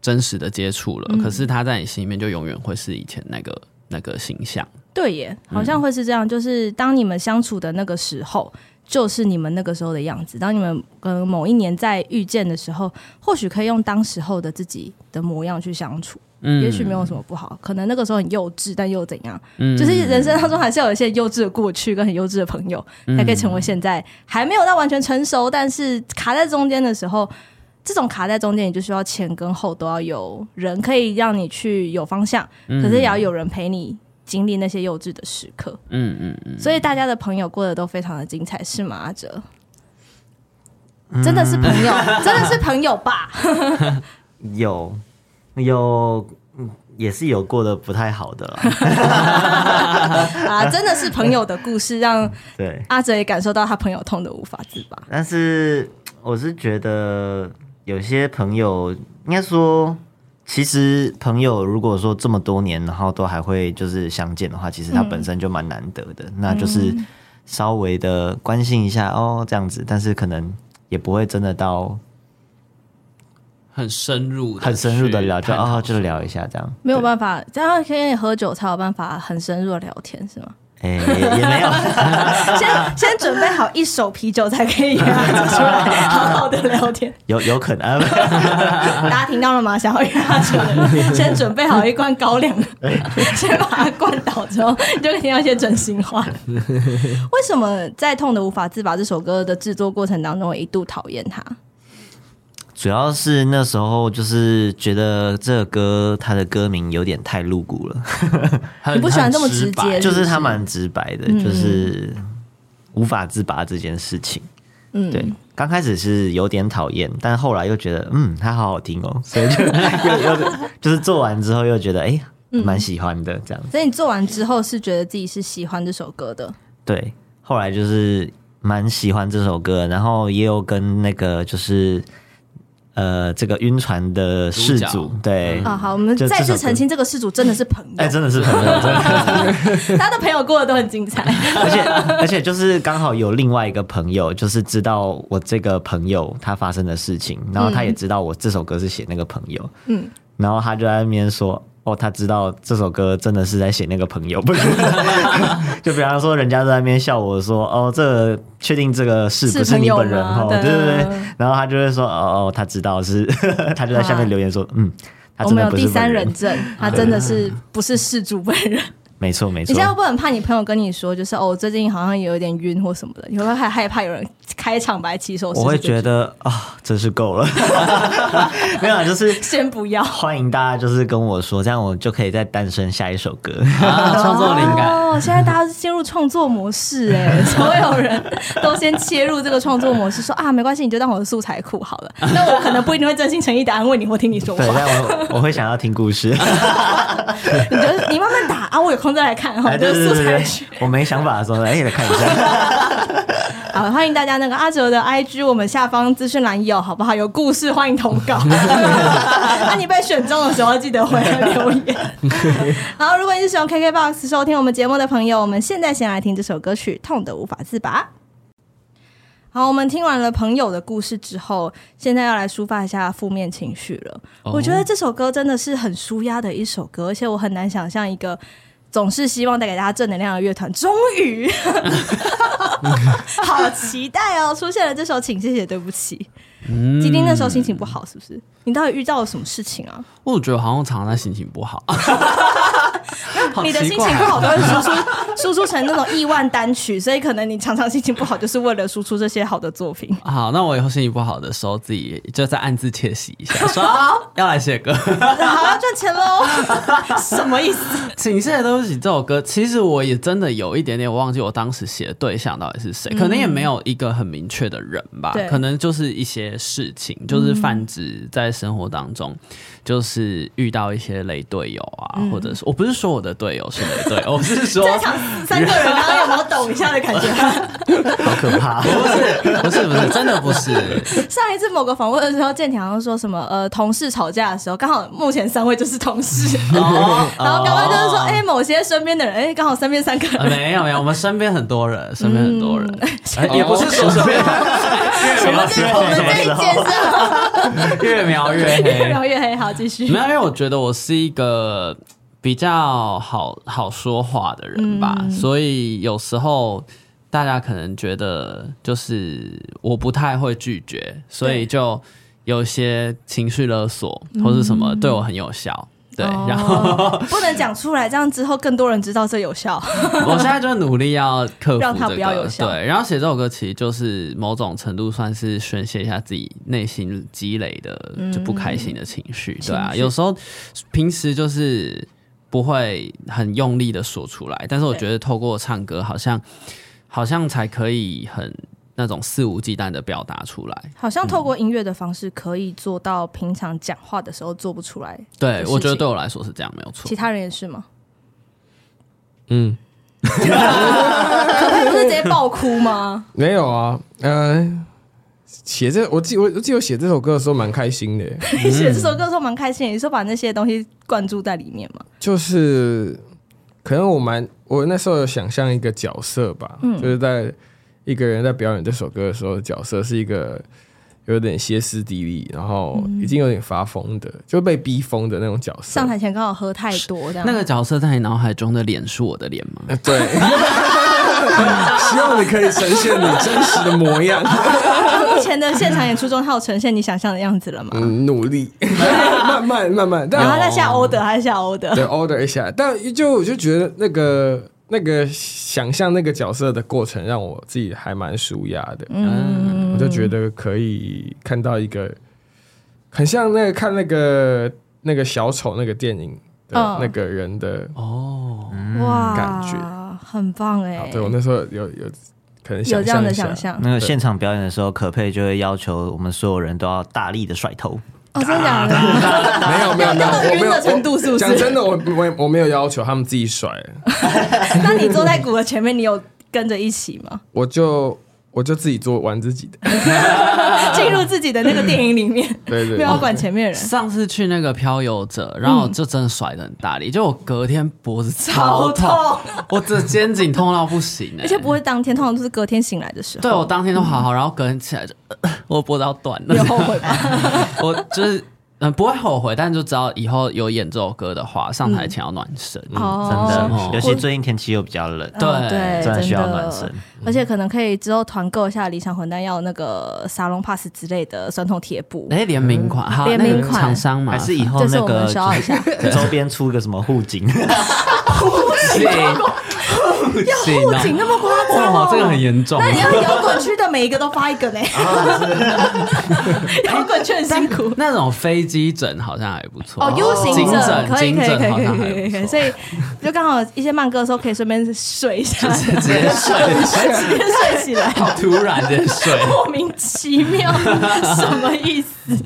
Speaker 2: 真实的接触
Speaker 1: 嗯
Speaker 2: 了，可是他在你心里面就永远会是以前那个那个形象。
Speaker 1: 对耶，好像会是这样。就是当你们相处的那个时候，就是你们那个时候的样子。当你们跟某一年在遇见的时候，或许可以用当时候的自己的模样去相处，
Speaker 2: 嗯
Speaker 1: 也许没有什么不好。可能那个时候很幼稚，但又怎样？
Speaker 2: 嗯
Speaker 1: 就是人生当中还是有一些幼稚的过去跟很幼稚的朋友，才可以
Speaker 2: 嗯
Speaker 1: 成为现在还没有到完全成熟，但是卡在中间的时候，这种卡在中间，你就需要前跟后都要有人可以让你去有方向，可是也要有人陪你经历那些幼稚的时刻。
Speaker 2: 嗯嗯嗯，
Speaker 1: 所以大家的朋友过得都非常的精彩，是吗？阿哲，真的是朋友，
Speaker 2: 嗯
Speaker 1: 真的是朋友吧？
Speaker 5: 有有，嗯也是有过得不太好的啦。
Speaker 1: 啊，真的是朋友的故事，让
Speaker 5: 对，
Speaker 1: 阿哲也感受到他朋友痛的无法自拔。
Speaker 5: 但是我是觉得有些朋友，应该说，其实朋友如果说这么多年，然后都还会就是相见的话，其实他本身就蛮难得的。那就是稍微的关心一下哦，这样子，但是可能也不会真的到
Speaker 2: 很深入，
Speaker 5: 很深入的聊，就哦就聊一下这样。
Speaker 1: 没有
Speaker 5: 对
Speaker 1: 办法，这样可以喝酒才有办法很深入的聊天，是吗？
Speaker 5: 哎、也也没有，
Speaker 1: 先先准备好一手啤酒，才可以约他走出来，好好的聊天。
Speaker 5: 有有可能，啊
Speaker 1: 大家听到了吗？想要约他出来，先准备好一罐高粱，先把它灌倒之后，你就可以听到一些真心话。为什么在《痛的无法自拔》这首歌的制作过程当中，我一度讨厌它？
Speaker 5: 主要是那时候就是觉得这个歌它的歌名有点太露骨 了，
Speaker 2: 很
Speaker 1: 你不喜欢这么
Speaker 2: 很直白
Speaker 1: 直接
Speaker 5: 就是它蛮直白的，
Speaker 1: 嗯
Speaker 5: 就是无法自拔这件事情。
Speaker 1: 嗯，
Speaker 5: 对，刚开始是有点讨厌，但后来又觉得嗯，它好好听哦， 所以 就又又就是做完之后又觉得哎，
Speaker 1: 嗯
Speaker 5: 蛮喜欢的这样子。
Speaker 1: 所以你做完之后是觉得自己是喜欢这首歌的，
Speaker 5: 对，后来就是蛮喜欢这首歌，然后也有跟那个就是。呃，这个晕船的事
Speaker 2: 主
Speaker 5: 主
Speaker 2: 角，
Speaker 5: 对，
Speaker 1: 啊，好，我们
Speaker 5: 嗯就这
Speaker 1: 再
Speaker 5: 首
Speaker 1: 次
Speaker 5: 歌
Speaker 1: 澄清，这个事主真的是朋
Speaker 5: 哎、
Speaker 1: 友，
Speaker 5: 真的是朋友，真的
Speaker 1: 他的朋友过得都很精 彩。
Speaker 5: 而且而且就是刚好有另外一个朋友，就是知道我这个朋友他发生的事情，然后他也知道我这首歌是写那个朋友，
Speaker 1: 嗯
Speaker 5: 嗯，然后他就在那边说。哦，他知道这首歌真的是在写那个朋友，不是？ 就比方说，人家在那边笑我说：“哦，这个确定这个是不是你本人？”
Speaker 1: 是朋友
Speaker 5: 哦
Speaker 1: 吗，嗯
Speaker 5: 对对对
Speaker 1: 对。
Speaker 5: 然后他就会说：“哦哦，他知道是。” 他就在下面留言说：“嗯，
Speaker 1: 啊我
Speaker 5: 他真
Speaker 1: 们
Speaker 5: 的
Speaker 1: 有
Speaker 5: 不是
Speaker 1: 第
Speaker 5: 本
Speaker 1: 三
Speaker 5: 人
Speaker 1: 人证， 他真的是不是事主本人。
Speaker 5: 没错没
Speaker 1: 你
Speaker 5: 错。”
Speaker 1: 现在会不会很怕你朋友跟你说，就是哦，我最近好像有点晕或什么的，你会不会害害怕有人开场白起手式？
Speaker 5: 我会觉
Speaker 1: 得
Speaker 5: 得啊、真是够了， 没有啦，就是
Speaker 1: 先不 要。
Speaker 5: 欢迎大家就是跟我说，这样我就可以再诞生下一首歌。
Speaker 2: 啊， 创作灵感。
Speaker 1: 哦，现在大家是进入创作模式哎， 所有人都先切入这个创作模式，说啊没关系，你就当我的素材库好了。那我可能不一定会真心诚意的安慰你或听你说
Speaker 5: 对，
Speaker 1: 话，
Speaker 5: 但我我会想要听 故事。
Speaker 1: 你就你慢慢打啊，我有空再来看哈，
Speaker 5: 哎，
Speaker 1: 就
Speaker 5: 对
Speaker 1: 是
Speaker 5: 对
Speaker 1: 素
Speaker 5: 对
Speaker 1: 材
Speaker 5: 对
Speaker 1: 区。，
Speaker 5: 我没想法的时候，哎，来看一下。
Speaker 1: 好，欢迎大家那个阿哲的 IG，我们下方资讯栏有，好不好？有故事欢迎投稿。那、你被选中的时候记得回来留言。然后，如果你是使用 KKBOX 收听我们节目的朋友，我们现在先来听这首歌曲《痛得无法自拔》。好，我们听完了朋友的故事之后，现在要来抒发一下负面情绪了。
Speaker 2: 哦
Speaker 1: 我觉得这首歌真的是很舒压的一首歌，而且我很难想象一个总是希望带给大家正能量的乐团，终于 好期待哦，出现了这首《请谢谢对不起》。基丁那时候心情不好，是不是？你到底遇到了什么事情啊？
Speaker 2: 我觉得好像常常在心情 不好，好
Speaker 1: 你的
Speaker 2: 奇
Speaker 1: 心情不
Speaker 2: 怪啊
Speaker 1: 好啊都会输出输出成那种亿万单曲，所以可能你常常心情不好，就是为了输出这些好的作 品。
Speaker 2: 好，那我以后心情不好的时候，自己就再暗自窃喜一下， 说啊要来写歌。
Speaker 1: 好要赚钱喽， 什么意思？
Speaker 2: 请谢的东西这首歌，其实我也真的有一点点忘记我当时写的对象到底是谁，可能也没有一个很明确的人吧
Speaker 1: 对，
Speaker 2: 可能就是一些事情，就是泛指在生活当中，就是遇到一些雷队友啊，或者是我不是说我的队友是雷队 友，我是说
Speaker 1: 在场三个人啊刚刚有没有懂一下的感觉？
Speaker 5: 好可怕。
Speaker 2: 不是不是不是真的不是，
Speaker 1: 上一次某个访问的时候，建廷好像说什么呃，同事吵架的时候，刚好目前三位就是同 事，
Speaker 2: 哦
Speaker 1: 然后刚刚就是说，哎、某些身边的人，哎、刚好身边三个
Speaker 2: 呃
Speaker 1: 人，
Speaker 2: 没有没有，我们身边很多人，身边很多人，哎也不是说
Speaker 3: 随便
Speaker 1: 我们这我们这一届 是
Speaker 2: 越描越
Speaker 1: 越
Speaker 2: 黑，
Speaker 1: 描越黑。好，继续
Speaker 2: 没。有，因为我觉得我是一个比较好好说话的人吧，所以有时候大家可能觉得就是我不太会拒绝，所以就有一些情绪勒索或是什么对我很有效。对，然后
Speaker 1: 哦 不能讲出来，这样之后更多人知道这有 效。
Speaker 2: 我现在就努力要克服
Speaker 1: 让它
Speaker 2: 这
Speaker 1: 不要有
Speaker 2: 个，
Speaker 1: 效
Speaker 2: 对，然后写这首歌其实就是某种程度算是宣泄一下自己内心积累的就不开心的情绪，对
Speaker 1: 嗯
Speaker 2: 啊，
Speaker 1: 情绪
Speaker 2: 有时候平时就是不会很用力的说出来，但是我
Speaker 1: 对
Speaker 2: 觉得透过唱歌，好像好像才可以很那种肆无忌惮的表达出来。
Speaker 1: 好像透过音乐的方式，可以做到平常讲话的时候做不出来。
Speaker 2: 对
Speaker 1: 事，情
Speaker 2: 我觉得对我来说是这样，没有错
Speaker 1: 其。他人也是吗？
Speaker 3: 嗯，
Speaker 1: 可不是直接爆哭吗？
Speaker 3: 没有啊，嗯、写这我记我我记得我写这首歌的时候蛮开心的耶，
Speaker 2: 嗯
Speaker 1: 你写这首歌的时候蛮开心的，你说把那些东西灌注在里面嘛？
Speaker 3: 就是可能我蛮我那时候有想象一个角色吧，
Speaker 1: 嗯
Speaker 3: 就是在一个人在表演这首歌的时候，角色是一个有点歇斯底里，然后已经有点发疯的，就被逼疯的那种角色。
Speaker 1: 上台前刚好喝太多，这样
Speaker 2: 那个角色在你脑海中的脸是我的脸吗？
Speaker 3: 呃对， 希望你可以呈现你真实的模样。
Speaker 1: 那啊目前的现场演出中，它有呈现你想象的样子了吗？
Speaker 3: 嗯， 努力， 慢慢慢慢，但
Speaker 1: 然后在下
Speaker 2: 哦
Speaker 1: 欧德，还是下欧德？
Speaker 3: 对 order 一下，但就我就觉得那个那个想象那个角色的过程，让我自己还蛮舒压的。嗯，我就觉得可以看到一个很像那个看那个那个小丑那个电影的
Speaker 1: 嗯
Speaker 3: 那个人的，
Speaker 2: 哦，
Speaker 1: 哇，
Speaker 3: 感
Speaker 1: 很棒哎、
Speaker 3: 啊对我那时候有有可能
Speaker 1: 有
Speaker 3: 想
Speaker 1: 这样
Speaker 3: 象
Speaker 1: 的
Speaker 3: 一
Speaker 1: 想
Speaker 3: 下，
Speaker 1: 象
Speaker 5: 那个现场表演的时候，可佩就会要求我们所有人都要大力的甩头，
Speaker 1: 哦，真的假的？
Speaker 3: 没有没有没有，
Speaker 1: 要到
Speaker 3: 我没
Speaker 1: 晕
Speaker 3: 有
Speaker 1: 的程度是不
Speaker 3: 我
Speaker 1: 是
Speaker 3: 讲真的，我我我没有要求他们自己甩，
Speaker 1: 那你坐在鼓的前面，你有跟着一起 吗？
Speaker 3: 我就我就自己做玩自己的，
Speaker 1: 进入自己的那个电影里面，
Speaker 3: 对啊 对
Speaker 1: 没有要管前面 人。
Speaker 2: 上次去那个漂游者，然后就真的甩的很大力，就我隔天脖子超
Speaker 1: 好
Speaker 2: 痛，
Speaker 1: 痛，
Speaker 2: 我这肩颈痛到不行、欸，
Speaker 1: 而且不会当天，通常都是隔天醒来的时候。
Speaker 2: 对我当天都好好，然后隔天起来就、 呃我脖子要断
Speaker 1: 你有
Speaker 2: 了，
Speaker 1: 后悔 吧？
Speaker 2: 我就是嗯不会后悔，但就知道以后有演这首歌的话，上台前要暖身。
Speaker 5: 真的
Speaker 1: 哦，，
Speaker 5: 尤其最近天气又比较冷，
Speaker 2: 对
Speaker 1: 哦对，
Speaker 5: 真的需要
Speaker 1: 真的
Speaker 5: 暖身。
Speaker 1: 而且可能可以之后团购一下理想混蛋要那个沙龙 pass 之类的酸痛贴布。
Speaker 2: 哎、联名款，好，
Speaker 1: 联名款
Speaker 2: 那个厂商嘛，
Speaker 5: 还是以后
Speaker 1: 这是
Speaker 5: 那
Speaker 1: 我们
Speaker 5: 个
Speaker 1: 需要一下
Speaker 5: 就是周边出一个什么护颈，
Speaker 2: 不行，
Speaker 1: 不
Speaker 2: 不
Speaker 1: 仅那么夸张哦
Speaker 2: 哇，，这个很严重。啊
Speaker 1: 那你要摇滚区的每一个都发一个 呢？ 摇滚区很辛苦。
Speaker 2: 那种飞机枕好像还不错
Speaker 1: 哦，U 型
Speaker 2: 颈
Speaker 1: 者
Speaker 2: 枕，
Speaker 1: 可以
Speaker 2: 颈
Speaker 1: 可以
Speaker 2: 枕
Speaker 1: 可以
Speaker 2: 好
Speaker 1: 可以可以
Speaker 2: 像还不
Speaker 1: 可以，
Speaker 2: 错
Speaker 1: 所以就刚好一些慢歌的时候可以顺便睡一下，直
Speaker 2: 直接睡，
Speaker 1: 接 睡起来，
Speaker 2: 好突然直接睡。
Speaker 1: 莫名其妙，什么意思？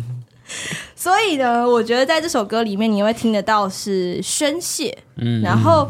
Speaker 1: 所以呢，我觉得在这首歌里面，你会听得到是宣泄，
Speaker 2: 嗯
Speaker 1: 然后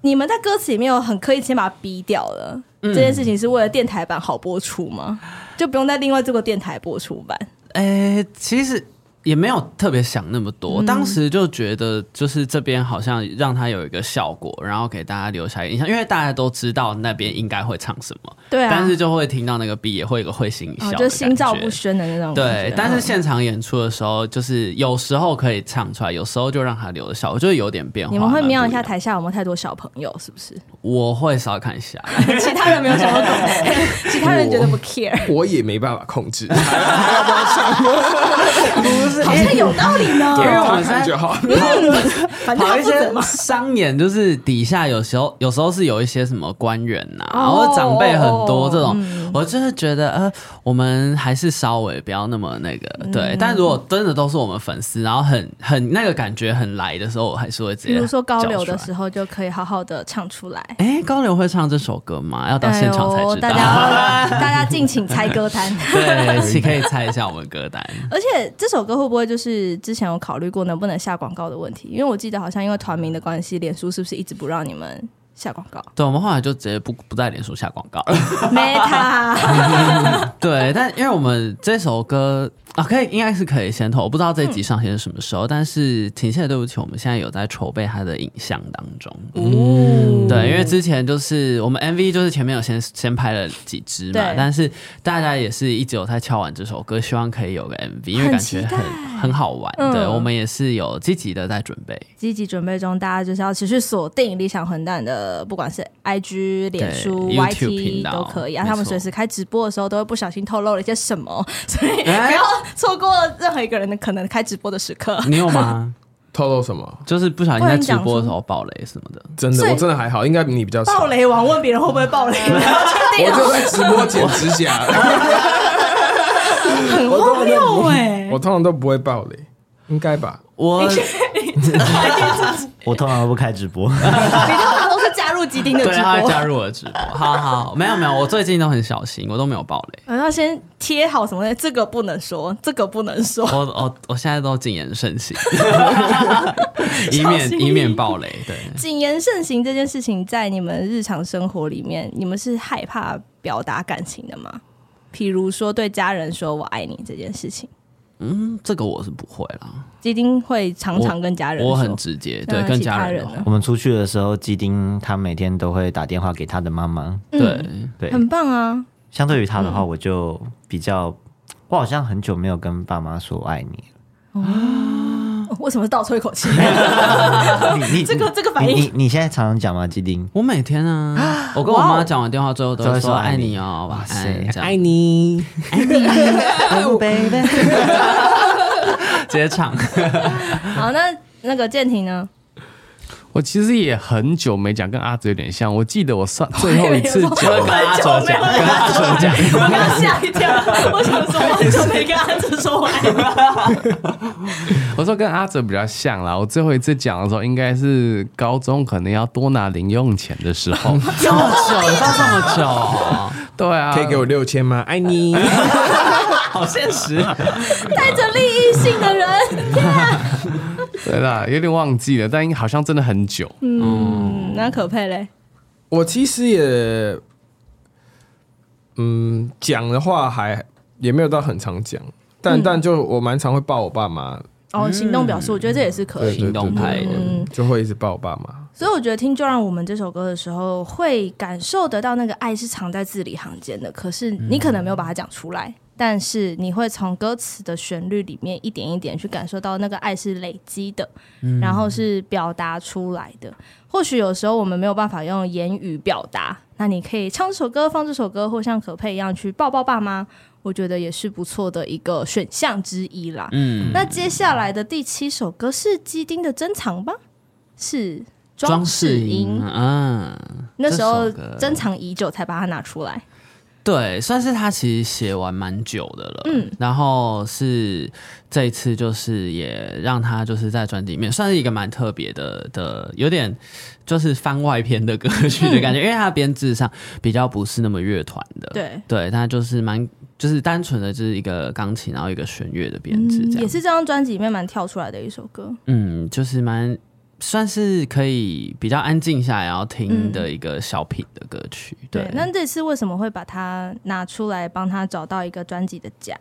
Speaker 1: 你们在歌词里面有很刻意先把它逼掉了，
Speaker 2: 嗯
Speaker 1: 这件事情是为了电台版好播出吗？就不用再另外做个电台播出版？
Speaker 2: 诶，其实也没有特别想那么多，
Speaker 1: 嗯
Speaker 2: 当时就觉得就是这边好像让它有一个效果，然后给大家留下一个印象，因为大家都知道那边应该会唱什么，
Speaker 1: 对啊，
Speaker 2: 但是就会听到那个毕业会有一个会心一笑
Speaker 1: 哦
Speaker 2: 的感
Speaker 1: 就
Speaker 2: 觉、
Speaker 1: 心照不宣的那种感觉。
Speaker 2: 对，但是
Speaker 1: 嗯
Speaker 2: 现场演出的时候，就是有时候可以唱出来，有时候就让它留着效果，就是有点变化。
Speaker 1: 你们会
Speaker 2: 蛮不
Speaker 1: 瞄一下
Speaker 2: 样，
Speaker 1: 台下有没有太多小朋友，是 不是？
Speaker 2: 我会稍微看一下。
Speaker 1: 其他人没有什么懂， 其他人觉得不 care，
Speaker 3: 我也没办法 控制，
Speaker 1: 好像有道理呢。
Speaker 2: 因为我们
Speaker 3: 看就好。
Speaker 1: 反正
Speaker 2: 跑
Speaker 1: 他
Speaker 2: 一
Speaker 1: 啊负责
Speaker 2: 些
Speaker 1: 嘛。
Speaker 2: 商演，就是底下有时候有时候是有一些什么官员呐、然
Speaker 1: 哦
Speaker 2: 后长辈很多这种，
Speaker 1: 嗯
Speaker 2: 我就是觉得呃，我们还是稍微不要那么那个
Speaker 1: 嗯
Speaker 2: 对。但如果真的都是我们粉丝，然后很很那个感觉很来的时候，我还是会直
Speaker 1: 比
Speaker 2: 接。
Speaker 1: 如说高流的，时候，就可以好好的唱出来。
Speaker 2: 哎，高流会唱这首歌吗？要到
Speaker 1: 哎
Speaker 2: 现场才
Speaker 1: 呦，
Speaker 2: 知道。
Speaker 1: 大家要大家 敬请猜歌单。
Speaker 2: 对，你可以猜一下我们歌单。
Speaker 1: 而且这首歌会不会就是之前有考虑过能不能下广告的问题？因为我记得好像因为团名的关系，脸书是不是一直不让你们下广 告
Speaker 2: 对，我们后来就直接不不在脸书下广告。
Speaker 1: ？Meta
Speaker 2: 对，但因为我们这首歌啊，可以应该是可以先投，我不知道这一集上线是什么时候，但是挺谢对不起，我们现在有在筹备它的影像当中。
Speaker 1: 哦，
Speaker 2: 对，因为之前就是我们 MV 就是前面有先先拍了几支嘛
Speaker 1: 对，
Speaker 2: 但是大家也是一直有在敲完这首歌，希望可以有个 MV，因为
Speaker 1: 很
Speaker 2: 感觉
Speaker 1: 期待
Speaker 2: 很很好玩。
Speaker 1: 嗯
Speaker 2: 对，我们也是有积极的在准 备。
Speaker 1: 积极准备中，大家就是要持续锁定理想混蛋的，不管是 IG、脸书、
Speaker 2: 对 YouTube 频
Speaker 1: YT
Speaker 2: 道
Speaker 1: 都可以啊。
Speaker 2: 没错
Speaker 1: 他们随时开直播的时候，都会不小心透露了一些什么，所以不
Speaker 2: 哎
Speaker 1: 要错过任何一个人的可能开直播的时刻。
Speaker 2: 你有吗？
Speaker 3: 透露什么？
Speaker 2: 就是不小心在直播的时候爆雷什么的。
Speaker 3: 真的，
Speaker 1: 所以
Speaker 3: 我真的还好，应该你比较少。
Speaker 1: 暴雷王问别人会不会暴 雷，然后确定
Speaker 3: 我
Speaker 1: 了
Speaker 3: 就在直播剪指甲，
Speaker 1: 很荒谬哎。
Speaker 3: 我通常都不会爆雷，应该吧？
Speaker 2: 我
Speaker 5: 我通常都不开直播，
Speaker 1: 你通常都是加入基丁的
Speaker 2: 对
Speaker 1: 直
Speaker 2: 他会加
Speaker 1: 播，
Speaker 2: 入我的直播，好好，没有没有，我最近都很小心，我都没有爆雷。
Speaker 1: 然后先贴好什么的，这个不能说，这个不能说。
Speaker 2: 我我我现在都谨言慎行，以
Speaker 1: 小心
Speaker 2: 免
Speaker 1: 翼翼
Speaker 2: 以免暴雷。对，
Speaker 1: 谨言慎行这件事情，在你们日常生活里面，你们是害怕表达感情的吗？比如说对家人说我爱你这件事情，
Speaker 2: 嗯，这个我是不会啦，
Speaker 1: 基丁会常常跟家人说，
Speaker 2: 我很直接，对，
Speaker 1: 那
Speaker 2: 跟
Speaker 1: 其他
Speaker 2: 家人
Speaker 1: 人
Speaker 2: 哦的
Speaker 1: 呢
Speaker 2: 话，
Speaker 5: 我们出去的时候，基丁他每天都会打电话给他的妈妈。
Speaker 2: 对，
Speaker 5: 对，
Speaker 1: 很嗯棒啊。
Speaker 5: 相对于他的话，我就比较，我好像很久没有跟爸妈说我爱你
Speaker 1: 哦为什么倒抽一口 气？
Speaker 5: 了。你你
Speaker 1: 这个这个反应
Speaker 5: 你你你现在常常讲吗？基丁，
Speaker 2: 我每天啊，我跟我妈讲完电话之后都
Speaker 5: 都
Speaker 2: 会
Speaker 5: 会
Speaker 2: 说
Speaker 5: 说
Speaker 2: 爱
Speaker 5: 爱你
Speaker 2: 你哦，晚安，这样
Speaker 3: 你，
Speaker 1: 哦
Speaker 2: 直接唱。
Speaker 1: 好，那那个建廷呢？
Speaker 4: 我其实也很久没讲，跟阿紫有点像。我记得我上最后一 次
Speaker 2: 就会
Speaker 4: 讲
Speaker 2: 跟，阿哲讲，跟阿哲讲，
Speaker 1: 我刚刚吓一跳，我想 说我很久没跟阿哲说我爱你了。
Speaker 4: 我说跟阿哲比较像啦。我最后一次讲的时候，应该是高中可能要多拿零用钱的时候。
Speaker 2: 这么久，你到这么久，
Speaker 4: 对啊，
Speaker 3: 可以给我六千吗？爱你，
Speaker 2: 好现实。
Speaker 1: 带着利益性的 人，啊
Speaker 4: 对啦，有点忘记了，但应该好像真的很久。
Speaker 1: 嗯，那可佩嘞，
Speaker 3: 我其实也，嗯，讲的话还也没有到很常讲，
Speaker 1: 嗯
Speaker 3: 但但就我蛮常会抱我爸妈的，
Speaker 1: 哦，行动表述，我觉得这也是可
Speaker 3: 对
Speaker 1: 以。
Speaker 3: 对
Speaker 2: 行动
Speaker 3: 对
Speaker 2: 派
Speaker 3: 对
Speaker 2: 的
Speaker 1: 嗯
Speaker 3: 就会一直抱我爸妈。
Speaker 1: 所以我觉得听《就让我们》这首歌的时候，会感受得到那个爱是藏在字里行间的，可是你可能没有把它讲出来。但是你会从歌词的旋律里面一点一点去感受到那个爱是累积的，然
Speaker 2: 嗯
Speaker 1: 后是表达出来的。或许有时候我们没有办法用言语表达，那你可以唱这首歌、放这首歌，或像可佩一样去抱抱爸妈，我觉得也是不错的一个选项之一啦。
Speaker 2: 嗯，
Speaker 1: 那接下来的第七首歌是基丁的珍藏吧？是
Speaker 2: 装
Speaker 1: 饰
Speaker 2: 饰音，嗯，
Speaker 1: 那时候
Speaker 2: 这首歌
Speaker 1: 珍藏已久才把它拿出来。
Speaker 2: 对，算是他其实写完蛮久的了，
Speaker 1: 嗯
Speaker 2: 嗯，然后是这一次就是也让他就是在专辑里面算是一个蛮特别的的，有点就是番外篇的歌曲的感觉，因为他编制上比较不是那么乐团的，，
Speaker 1: 嗯对，
Speaker 2: 对，他就是蛮就是单纯的就是一个钢琴，
Speaker 1: 嗯
Speaker 2: 然后一个弦乐的编制这样，
Speaker 1: 也是这张专辑里面蛮跳出来的一首歌。
Speaker 2: 嗯，就是蛮算是可以比较安静下来，然后听的一个小品的歌曲。对
Speaker 1: 嗯对，，那这次为什么会把它拿出来，帮他找到一个专辑的家？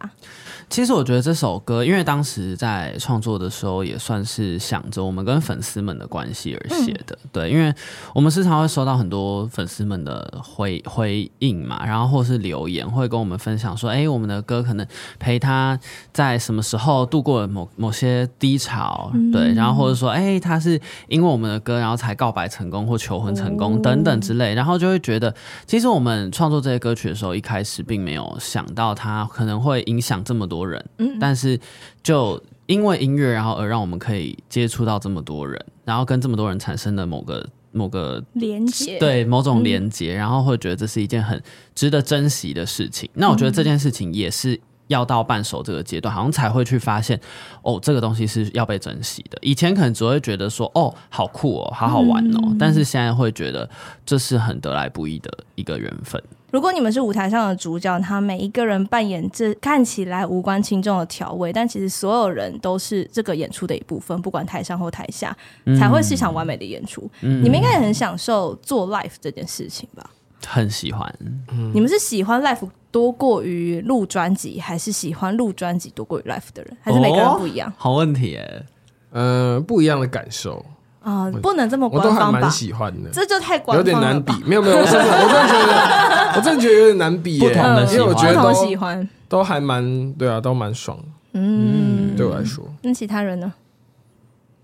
Speaker 2: 其实我觉得这首歌，因为当时在创作的时候，也算是想着我们跟粉丝们的关系而写的。对，因为我们时常会收到很多粉丝们的回回应嘛，然后或是留言，会跟我们分享说，哎，我们的歌可能陪他在什么时候度过了某某些低潮，对，然后或者说，哎，他是因为我们的歌，然后才告白成功或求婚成功、等等之类，然后就会觉得其实我们创作这些歌曲的时候，一开始并没有想到它可能会影响这么多人，但是就因为音乐，然后而让我们可以接触到这么多人，然后跟这么多人产生的某个某个嗯
Speaker 1: 连接，
Speaker 2: 对某种连接，然后会觉得这是一件很值得珍惜的事情。那我觉得这件事情也是要到伴手这个阶段，好像才会去发现，哦，这个东西是要被珍惜的。以前可能只会觉得说，哦，好酷哦，好好玩哦，
Speaker 1: 嗯
Speaker 2: 但是现在会觉得这是很得来不易的一个缘分。
Speaker 1: 如果你们是舞台上的主角，他每一个人扮演这看起来无关轻重的调味，但其实所有人都是这个演出的一部分，不管台上或台下，
Speaker 3: 嗯
Speaker 1: 才会是一场完美的演出。你们应该也很享受做 l i f e 这件事情吧？
Speaker 2: 很喜欢，
Speaker 3: 嗯
Speaker 1: 你们是喜欢 l i f e 多过于录专辑，还是喜欢录专辑多过于 l i f e 的人？还是每个人不一样
Speaker 2: 哦？好问题耶，
Speaker 3: 嗯、不一样的感受，
Speaker 1: 啊、不能这么
Speaker 3: 我
Speaker 1: 官
Speaker 3: 都还
Speaker 1: 方吧
Speaker 3: 蛮？喜欢的。
Speaker 1: 这就太官
Speaker 3: 有
Speaker 1: 方了
Speaker 3: 点
Speaker 1: 吧
Speaker 3: 难比，没有没有，我真的我真的觉得，我真的觉得有点难比耶、
Speaker 2: 不同的喜
Speaker 3: 因为
Speaker 2: 欢
Speaker 3: 我觉得
Speaker 1: 不同
Speaker 3: 都
Speaker 1: 喜欢。
Speaker 3: 都还蛮对啊，都蛮爽的，
Speaker 1: 嗯，
Speaker 3: 对我来说，
Speaker 1: 那其他人呢？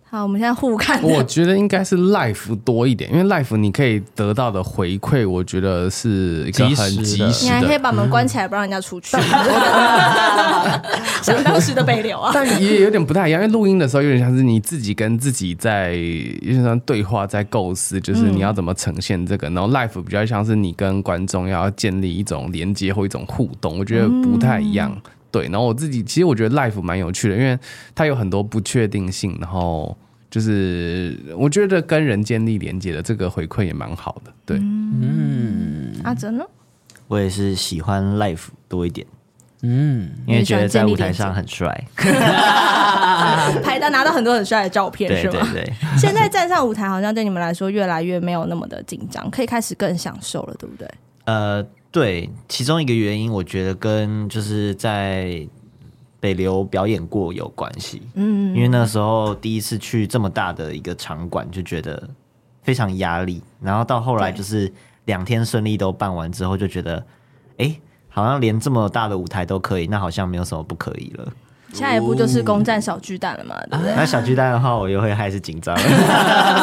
Speaker 1: 好，我们现在互看。
Speaker 4: 我觉得应该是 life 多一点，因为 life 你可以得到的回馈，我觉得是一个很
Speaker 2: 及时的
Speaker 4: 及时
Speaker 1: 你还可以
Speaker 4: 的。
Speaker 1: 把门关起来，不让人家出 去。想当时的北流啊，
Speaker 4: 但也有点不太一样，因为录音的时候有点像是你自己跟自己在有点像对话，在构思，就是你要怎么呈现这个。然后
Speaker 1: 嗯
Speaker 4: life 比较像是你跟观众要建立一种连接或一种互动，我觉得不太一样。
Speaker 1: 嗯
Speaker 4: 对，然后我自己其实我觉得 life 蛮有趣的，因为它有很多不确定性，然后就是我觉得跟人建立连接的这个回馈也蛮好的。对，
Speaker 1: 嗯阿哲呢？
Speaker 5: 我也是喜欢 life 多一点，
Speaker 2: 嗯，
Speaker 5: 因为觉得在舞台上很帅。
Speaker 1: 拍到拿到很多很帅的照片
Speaker 5: 对
Speaker 1: 是
Speaker 5: 对
Speaker 1: 吗？
Speaker 5: 对，
Speaker 1: 现在站上舞台，好像对你们来说越来越没有那么的紧张，可以开始更享受了，对不对？
Speaker 5: 呃，对，其中一个原因我觉得跟就是在北流表演过有关系，嗯，因为那时候第一次去这么大的一个场馆，就觉得非常压力，然后到后来
Speaker 1: 对
Speaker 5: 就是两天顺利都办完之后，就觉得，哎，好像连这么大的舞台都可以，那好像没有什么不可以 了。
Speaker 1: 下一步就是攻占小巨蛋了嘛，对不对？
Speaker 5: 那小巨蛋的话，我又会开始 紧张了。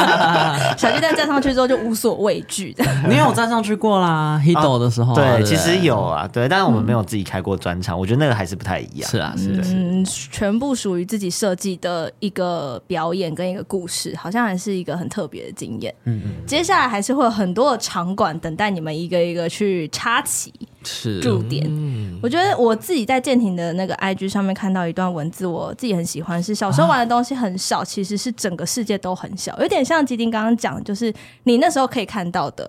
Speaker 1: 小巨蛋站上去之后就无所畏惧 的。
Speaker 2: 你有站上去过啦，Hido 的时候啊、
Speaker 5: 对，
Speaker 2: 不
Speaker 5: 其实有啊，对，但是我们没有自己开过专场，我觉得那个还是不太一样。
Speaker 2: 是啊，是啊是啊
Speaker 1: 嗯，全部属于自己设计的一个表演跟一个故事，好像还是一个很特别的经验。嗯嗯，接下来还是会有很多的场馆等待你们一个一个去插旗
Speaker 2: 是
Speaker 1: 驻点。
Speaker 3: 嗯
Speaker 1: 我觉得我自己在舰艇的那个 IG 上面看到一段文字，我自己很喜欢，是小时候玩的东西很少，其实是整个世界都很小，有点像吉丁刚刚讲，就是你那时候可以看到的。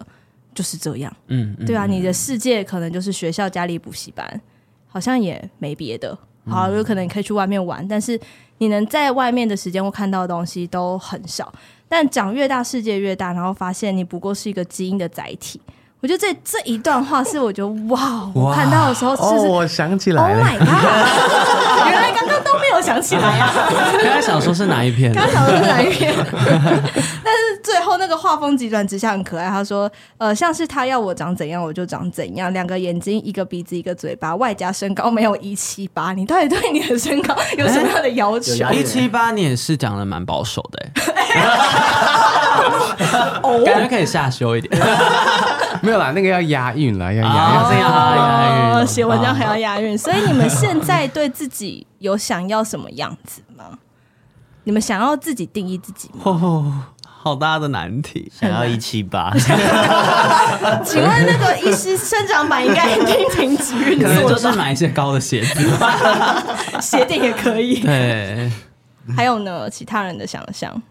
Speaker 1: 就是这样，
Speaker 2: 嗯，嗯
Speaker 1: 对啊，你的世界可能就是学校、家里、补习班，好像也没别的。
Speaker 2: 嗯
Speaker 1: 好，有可能你可以去外面玩，但是你能在外面的时间或看到的东西都很少。但长越大，世界越大，然后发现你不过是一个基因的载体。我觉得这这一段话是我觉得哇，我看到的时候就是、
Speaker 4: 哦
Speaker 2: 哦
Speaker 4: 我想起
Speaker 1: Oh my god！原来刚刚都没有想起来啊。
Speaker 2: 刚才想说是哪一 篇？
Speaker 1: 刚刚想的是哪一篇？ 但是最后那个画风急转直下很可爱。他说：“呃，像是他要我长怎样，我就长怎样。两个眼睛，一个鼻子，一个嘴巴，外加身高没有一七八。你到底对你的身高有什么样的要求？
Speaker 2: 一七八你也是讲的蛮保守的、
Speaker 1: 哦
Speaker 2: 欸，感觉可以下修一点。
Speaker 4: 没有啦，那个要押韵啦，要押
Speaker 2: 啊
Speaker 4: 韵。
Speaker 2: 这样啊
Speaker 1: 哦，写文章还要押韵。所以你们现在对自己有想要什么样子吗？你们想要自己定义自己吗？
Speaker 2: 哦， 好大的难题。
Speaker 5: 想要一七八，
Speaker 1: 请问那个医师生长版应该听挺几运
Speaker 2: 可能
Speaker 1: 作
Speaker 2: 就
Speaker 1: 的
Speaker 2: 是
Speaker 1: 吧，
Speaker 2: 买一些高的鞋子。
Speaker 1: 鞋垫也可以。
Speaker 2: 对，
Speaker 1: 还有呢，其他人的想象，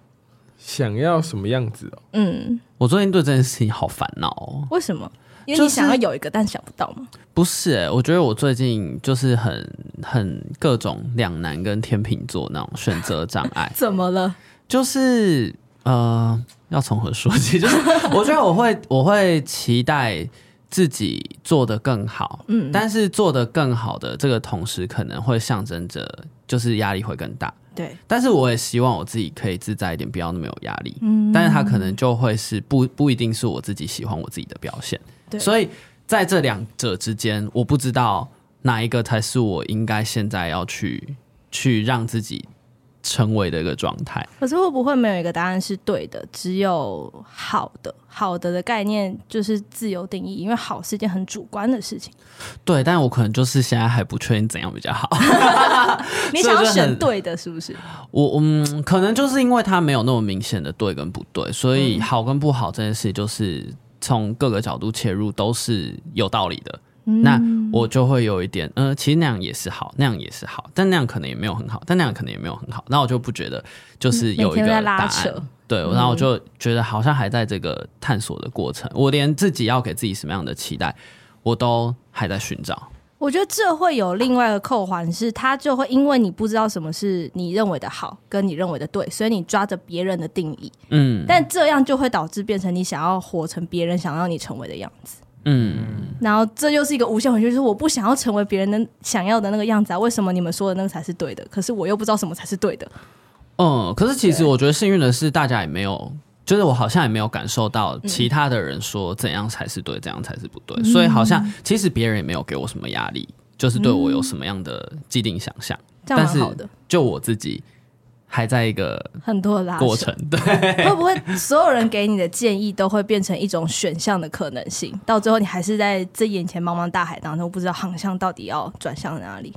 Speaker 3: 想要什么样子哦？
Speaker 1: 嗯，
Speaker 2: 我最近对这件事情好烦恼哦。
Speaker 1: 为什么？因为
Speaker 2: 就
Speaker 1: 你
Speaker 2: 是
Speaker 1: 想要有一个，但想不到嘛。。
Speaker 2: 不是、欸，我觉得我最近就是很很各种两难跟天秤座那种选择障碍
Speaker 1: 怎么了？
Speaker 2: 就是嗯、呃，要从何说起？ 就是我觉得我会我会期待自己做得更好，嗯，但是做得更好的这个同时，可能会象征着就是压力会更大。
Speaker 1: 对，
Speaker 2: 但是我也希望我自己可以自在一点，不要那么有压力。嗯，但是它可能就会是不不一定是我自己喜欢我自己的表现。
Speaker 1: 对
Speaker 2: 所以在这两者之间，我不知道哪一个才是我应该现在要去去让自己成为的一个状态。
Speaker 1: 可是会不会没有一个答案是对的？只有好的，好的的概念就是自由定义，因为好是一件很主观的 事情。
Speaker 2: 对，但我可能就是现在还不确定怎样比较好。
Speaker 1: 你想要
Speaker 2: 是不是很
Speaker 1: 选对的，是不是？
Speaker 2: 我嗯，可能就是因为它没有那么明显的对跟不对，所
Speaker 1: 嗯
Speaker 2: 以好跟不好这件事，就是从各个角度切入都是有道理的。
Speaker 1: 嗯
Speaker 2: 那我就会有一点，呃，其实那样也是好，那样也是好，但那样可能也没有很好，但那样可能也没有很好。那我就不觉得就是有
Speaker 1: 嗯
Speaker 2: 一
Speaker 1: 每天
Speaker 2: 个
Speaker 1: 都在
Speaker 2: 答
Speaker 1: 拉
Speaker 2: 案
Speaker 1: 扯，嗯
Speaker 2: 对，然后我就觉得好像还在这个探索的过程，我连自己要给自己什么样的期待，我都还在寻找。
Speaker 1: 我觉得这会有另外一个扣环，是它就会因为你不知道什么是你认为的好，跟你认为的对，所以你抓着别人的定义，
Speaker 2: 嗯
Speaker 1: 但这样就会导致变成你想要活成别人想要你成为的样子。
Speaker 2: 嗯，
Speaker 1: 然后这又是一个无限回圈，就是我不想要成为别人的想要的那个样子啊！为什么你们说的那个才是对的？可是我又不知道什么才是对的。
Speaker 2: 嗯，可是其实我觉得幸运的是，大家也没有，就是我好像也没有感受
Speaker 1: 嗯
Speaker 2: 到其他的人说怎样才是对，怎样才是不对，所以好像其实别人也没有给我什么压力，就是对我有什么样的既定想象，
Speaker 1: 这样
Speaker 2: 但
Speaker 1: 蛮
Speaker 2: 是
Speaker 1: 好的，
Speaker 2: 就我自己还在一个
Speaker 1: 很多的拉扯
Speaker 2: 过程，对，
Speaker 1: 会不会所有人给你的建议都会变成一种选项的可能性？到最后你还是在这眼前茫茫大海当中，不知道航向到底要转向哪里。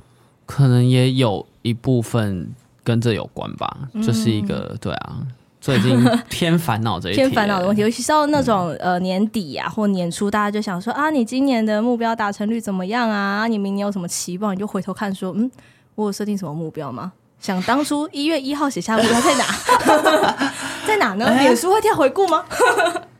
Speaker 2: 可能也有一部分跟这有关吧，
Speaker 1: 嗯
Speaker 2: 就是一个对啊，最近偏烦恼这 一
Speaker 1: 偏烦恼的问
Speaker 2: 题
Speaker 1: 题，尤其是到那种、
Speaker 4: 嗯
Speaker 1: 呃年底啊或年初，大家就想说啊，你今年的目标达成率怎么样啊？你明年有什么期望？你就回头看说，嗯，我有设定什么目标吗？想当初一月一号写下的目标在哪？在哪 呢？
Speaker 4: 哎
Speaker 1: 脸书会跳回顾吗？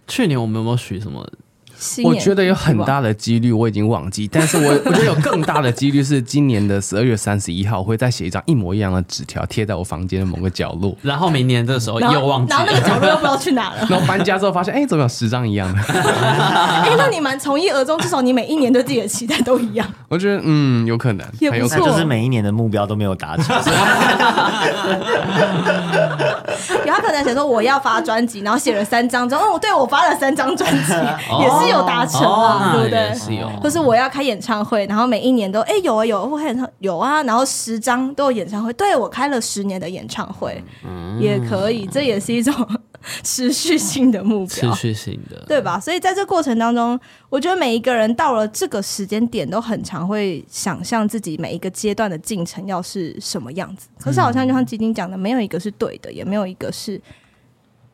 Speaker 2: 去年我们有没有许什么？
Speaker 1: 新
Speaker 4: 我
Speaker 1: 年
Speaker 4: 觉得有很大的几率我已经忘记，但是我我觉得有更大的几率是今 年的十二月三十一号，我会再写一张一模一样的纸条贴在我房间的某个角 落。
Speaker 2: 然后明年这时候
Speaker 1: 然后
Speaker 2: 又忘记
Speaker 1: 然 后那个
Speaker 2: 了，
Speaker 1: 角落又不知道去哪了。
Speaker 4: 然后搬家之后发现，哎、怎么有十张一样的？
Speaker 1: 哎、那你蛮从一而终，至少你每一年对自己的期待都 一样。
Speaker 4: 我觉得，嗯，有可能，
Speaker 1: 也不
Speaker 4: 很有可
Speaker 5: 那
Speaker 1: 错
Speaker 4: 能。
Speaker 5: 就是每一年的目标都没有达成，
Speaker 1: 有他可能写说我要发专辑，然后写了三张之后，哦，对我发了三张专 辑，也是有达成啊，
Speaker 2: 哦
Speaker 1: 对不对
Speaker 2: 也？是有，
Speaker 1: 或是我要开演唱会，然后每一年都哎、有啊有啊，我开演唱有啊，然后十张都有演唱会，对我开了十年的演唱会，
Speaker 2: 嗯
Speaker 1: 也可以，这也是一种 持续性的目
Speaker 2: 持
Speaker 1: 标。
Speaker 2: 续性的，
Speaker 1: 对吧？所以在这过程当中，我觉得每一个人到了这个时间点，都很常会想象自己每一个阶段的进程要是什么样子。可是好像就像基金讲的，没有一个是对的，也没有一个是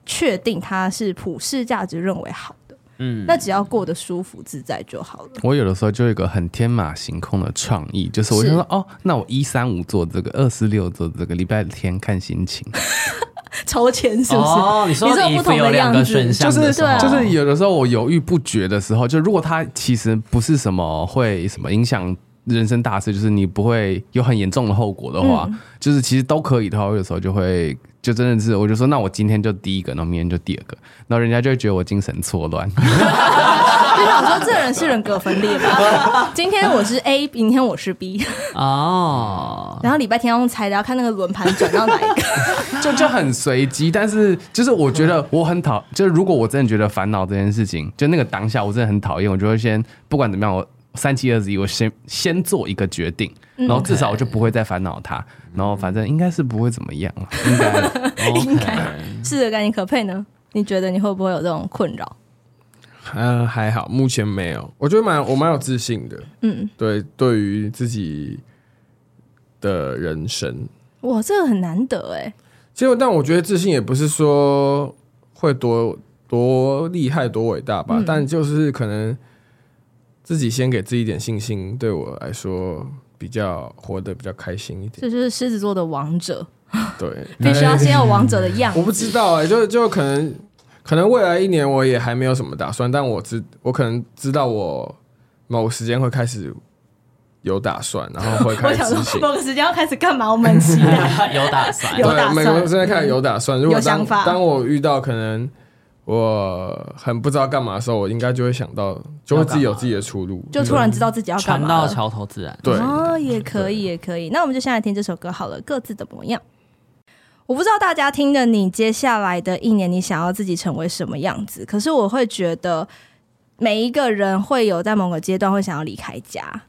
Speaker 1: 确定它是普世价值认为好的。嗯，那只要过得舒服自在就好了。
Speaker 4: 我有的时候就有一个很天马行空的创意，就是我就说，哦，那我一三五做这个，二四六做这个，礼拜天看心情，
Speaker 1: 筹钱是不是？
Speaker 2: 哦，你说
Speaker 1: 你说
Speaker 2: 衣
Speaker 1: 不
Speaker 2: 服
Speaker 1: 同
Speaker 2: 有
Speaker 1: 的
Speaker 2: 两
Speaker 1: 样
Speaker 2: 个
Speaker 1: 子，
Speaker 2: 选项
Speaker 4: 就
Speaker 2: 的
Speaker 4: 是
Speaker 2: 时候，
Speaker 4: 就是有的时候我犹豫不决的时候，就如果它其实不是什么会什么影响人生大事，就是你不会有很严重的后果的话，就是其实都可以的话，我有时候就会就真的是我就说，那我今天就第一个，然后明天就第二个，然后人家就会觉得我精神错乱。
Speaker 1: 就想说这人是人格分裂吧？今天我是 A，明天我是 B，
Speaker 2: 啊哦，
Speaker 1: 然后礼拜天要用猜的，要看那个轮盘转到哪一个。
Speaker 4: 就就很随机，但是就是我觉得我很讨，就是如果我真的觉得烦恼这件事情，就那个当下我真的很讨厌，我就会先不管怎么样，我三七二十一，我先先做一个决定，然后至少我就不会再烦恼它，然后反正应该是不会怎么样了，应该啦
Speaker 2: 应
Speaker 1: 是的，赶紧可佩呢？你觉得你会不会有这种困扰？
Speaker 3: 嗯，还好，目前没有。我觉得蛮我蛮有自信的，
Speaker 1: 嗯，
Speaker 3: 对，对于自己的人生，
Speaker 1: 哇，这个很难得哎、
Speaker 3: 其实，但我觉得自信也不是说会多多厉害、多伟大吧，
Speaker 1: 嗯
Speaker 3: 但就是可能自己先给自己一点信心，对我来说比较活得比较开心一点。
Speaker 1: 这就是狮子座的王者，
Speaker 3: 对，
Speaker 1: 必须要先有王者的样
Speaker 3: 我不知道哎、就就可能可能未来一年我也还没有什么打算，但我知我可能知道我某时间会开始有打算，然后会
Speaker 1: 我
Speaker 3: 开始
Speaker 1: 想
Speaker 3: 执
Speaker 1: 说，
Speaker 3: 行。
Speaker 1: 某个时间要开始干嘛？我们很期 待。
Speaker 2: 有打算
Speaker 1: 有打
Speaker 3: 对，
Speaker 1: 算
Speaker 3: 每个人现在开始有打算。如果
Speaker 1: 有想
Speaker 3: 当
Speaker 1: 法
Speaker 3: 当我遇到可能我很不知道干嘛的时候，我应该就会想到，就会自己有自己的出路。
Speaker 1: 就突然知道自己要干
Speaker 2: 船
Speaker 1: 嘛
Speaker 2: 到
Speaker 1: 了。
Speaker 2: 桥头自然。
Speaker 3: 对
Speaker 1: 哦，也可以，也可以。那我们就先来听这首歌好了，《各自的模样》。我不知道大家听了你接下来的一年，你想要自己成为什么样子？可是我会觉得，每一个人会有在某个阶段会想要离开家。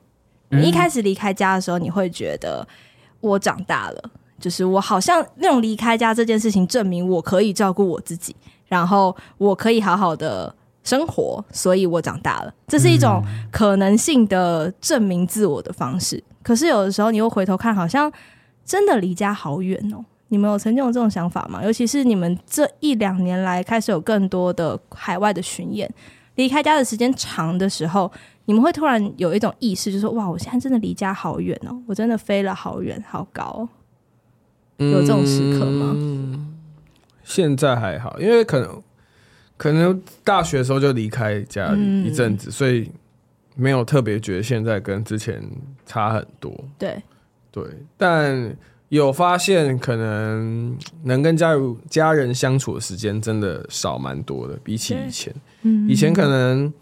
Speaker 1: 你一开始离开家的时候，你会觉得我长大了，就是我好像那种离开家这件事情，证明我可以照顾我自己，然后我可以好好的生活，所以我长大了，这是一种
Speaker 3: 嗯
Speaker 1: 可能性的证明自我的方式。可是有的时候，你又回头看，好像真的离家好远哦。你们有曾经有这种想法吗？尤其是你们这一两年来开始有更多的海外的巡演，离开家的时间长的时候，你们会突然有一种意识，就是说哇，我现在真的离家好远哦，我真的飞了好远好高、哦，有这种时刻吗？
Speaker 3: 现在还好，因为可能可能大学的时候就离开家
Speaker 1: 嗯
Speaker 3: 里一阵子，所以没有特别觉得现在跟之前差很多。
Speaker 1: 对，
Speaker 3: 对，但有发现可能能跟家人家人相处的时间真的少蛮多的，比起以前，
Speaker 1: 嗯
Speaker 3: 以前可能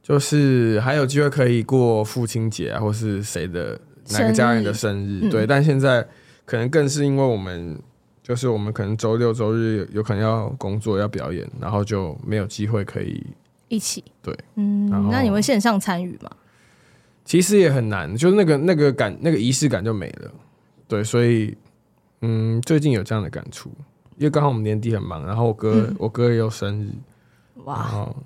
Speaker 3: 就是还有机会可以过父亲节啊，或是谁的哪个家人的生日，
Speaker 1: 嗯
Speaker 3: 对，但现在可能更是因为我们。就是我们可能周六周日有可能要工作要表演，然后就没有机会可以
Speaker 1: 一起
Speaker 3: 对，
Speaker 1: 嗯
Speaker 3: 然，后
Speaker 1: 那你会线上参与吗？
Speaker 3: 其实也很难，就是那个那个感那个仪式感就没了。对，所以嗯，最近有这样的感触，因为刚好我们年底很忙，然后我哥、我哥也有生日，然
Speaker 1: 嗯哇！
Speaker 3: 后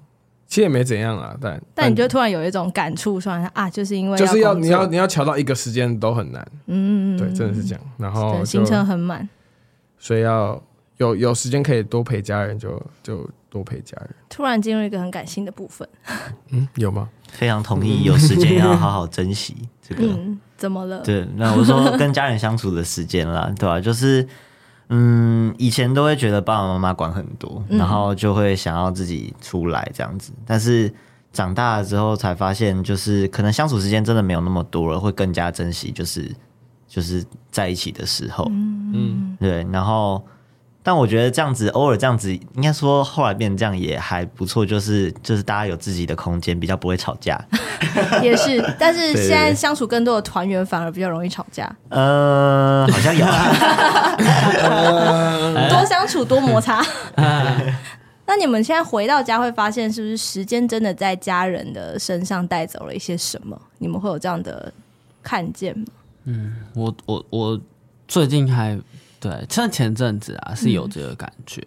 Speaker 3: 其实也没怎样啊，但
Speaker 1: 但你就突然有一种感触，说啊，就是因为
Speaker 3: 就是要
Speaker 1: 工
Speaker 3: 你
Speaker 1: 作嗯
Speaker 3: 要你要调到一个时间都很难，
Speaker 1: 嗯，嗯嗯嗯
Speaker 3: 对，真的是这样。然后
Speaker 1: 对，
Speaker 3: 就
Speaker 1: 行程很满，
Speaker 3: 所以要有有时间可以多陪家人就，就多陪家人。
Speaker 1: 突然进入一个很感性的部分。
Speaker 3: 嗯，有吗？
Speaker 5: 非常同意，有时间要好好珍惜这
Speaker 3: 啊
Speaker 5: 个。
Speaker 1: 嗯，怎么了？
Speaker 5: 对，那我说跟家人相处的时间啦， 对吧、啊就是，嗯，以前都会觉得爸爸妈妈管很多，然后就会想要自己出来这样子。但是长大了之后才发现，就是可能相处时间真的没有那么多了，会更加珍惜，就是就是在一起的时候，嗯，对。然后，但我觉得这样子偶尔这样子，应该说后来变成这样也还不错，就是就是大家有自己的空间，比较不会吵架。
Speaker 1: 也 是，但是
Speaker 5: 对
Speaker 1: 现在相处更多的团员反而比较容易吵架，
Speaker 5: 呃，好像有。
Speaker 2: 哎
Speaker 1: 多相处多摩 擦。 那你们现在回到家会发现，是不是时间真的在家人的身上带走了一些什么？你们会有这样的看见吗？
Speaker 2: 我我我最近还对，像前阵子啊是有这个感觉。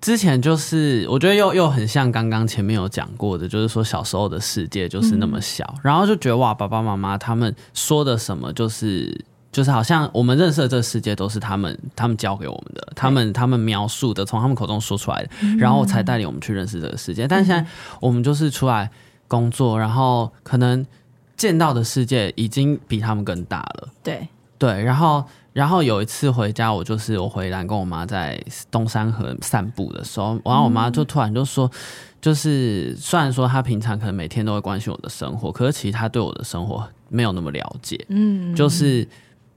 Speaker 2: 之前就是，我觉得又又很像刚刚前面有讲过的，就是说小时候的世界就是那么小，然后就觉得哇，爸爸妈妈他们说的什么，就是就是好像我们认识的这个世界都是他们他们教给我们的，他们他们描述的，从他们口中说出来的，然后才带领我们去认识这个世界。但现在我们就是出来工作，然后可能见到的世界已经比他们更大了。
Speaker 1: 对，
Speaker 2: 对，然后然后有一次回家，我就是我回来跟我妈在东山河散步的时候，然后我妈
Speaker 1: 嗯
Speaker 2: 就突然就说，就是虽然说她平常可能每天都会关心我的生活，可是其实她对我的生活没有那么了解，
Speaker 1: 嗯，
Speaker 2: 就是。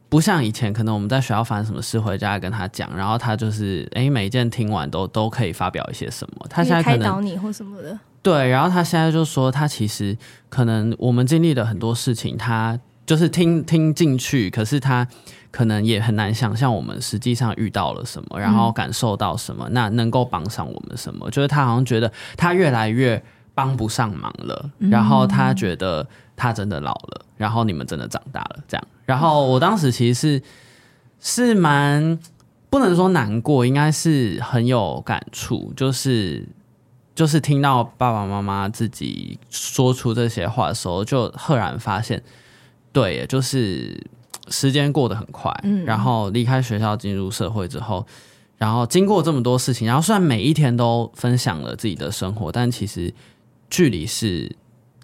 Speaker 2: 不像以前，可能我们在学校发生什么事，回家跟她讲，然后她就是哎，每一件听完都都可以发表一些什么。她现在可
Speaker 1: 开
Speaker 2: 能
Speaker 1: 导你或什么的，
Speaker 2: 对，然后他现在就说，他其实可能我们经历了很多事情，他就是听听进去，可是他可能也很难想象我们实际上遇到了什么，然后感受到什么，那能够帮上我们什么？就是他好像觉得他越来越帮不上忙了，然后他觉得他真的老了，然后你们真的长大了，这样。然后我当时其实是是蛮不能说难过，应该是很有感触，就是就是听到爸爸妈妈自己说出这些话的时候，就赫然发现，对耶，就是嘖时间过得很快，
Speaker 1: 嗯
Speaker 2: 然后离开学校进入社会之后。然后经过这么多事情，然后虽然每一天都分享了自己的生活，但其实距离是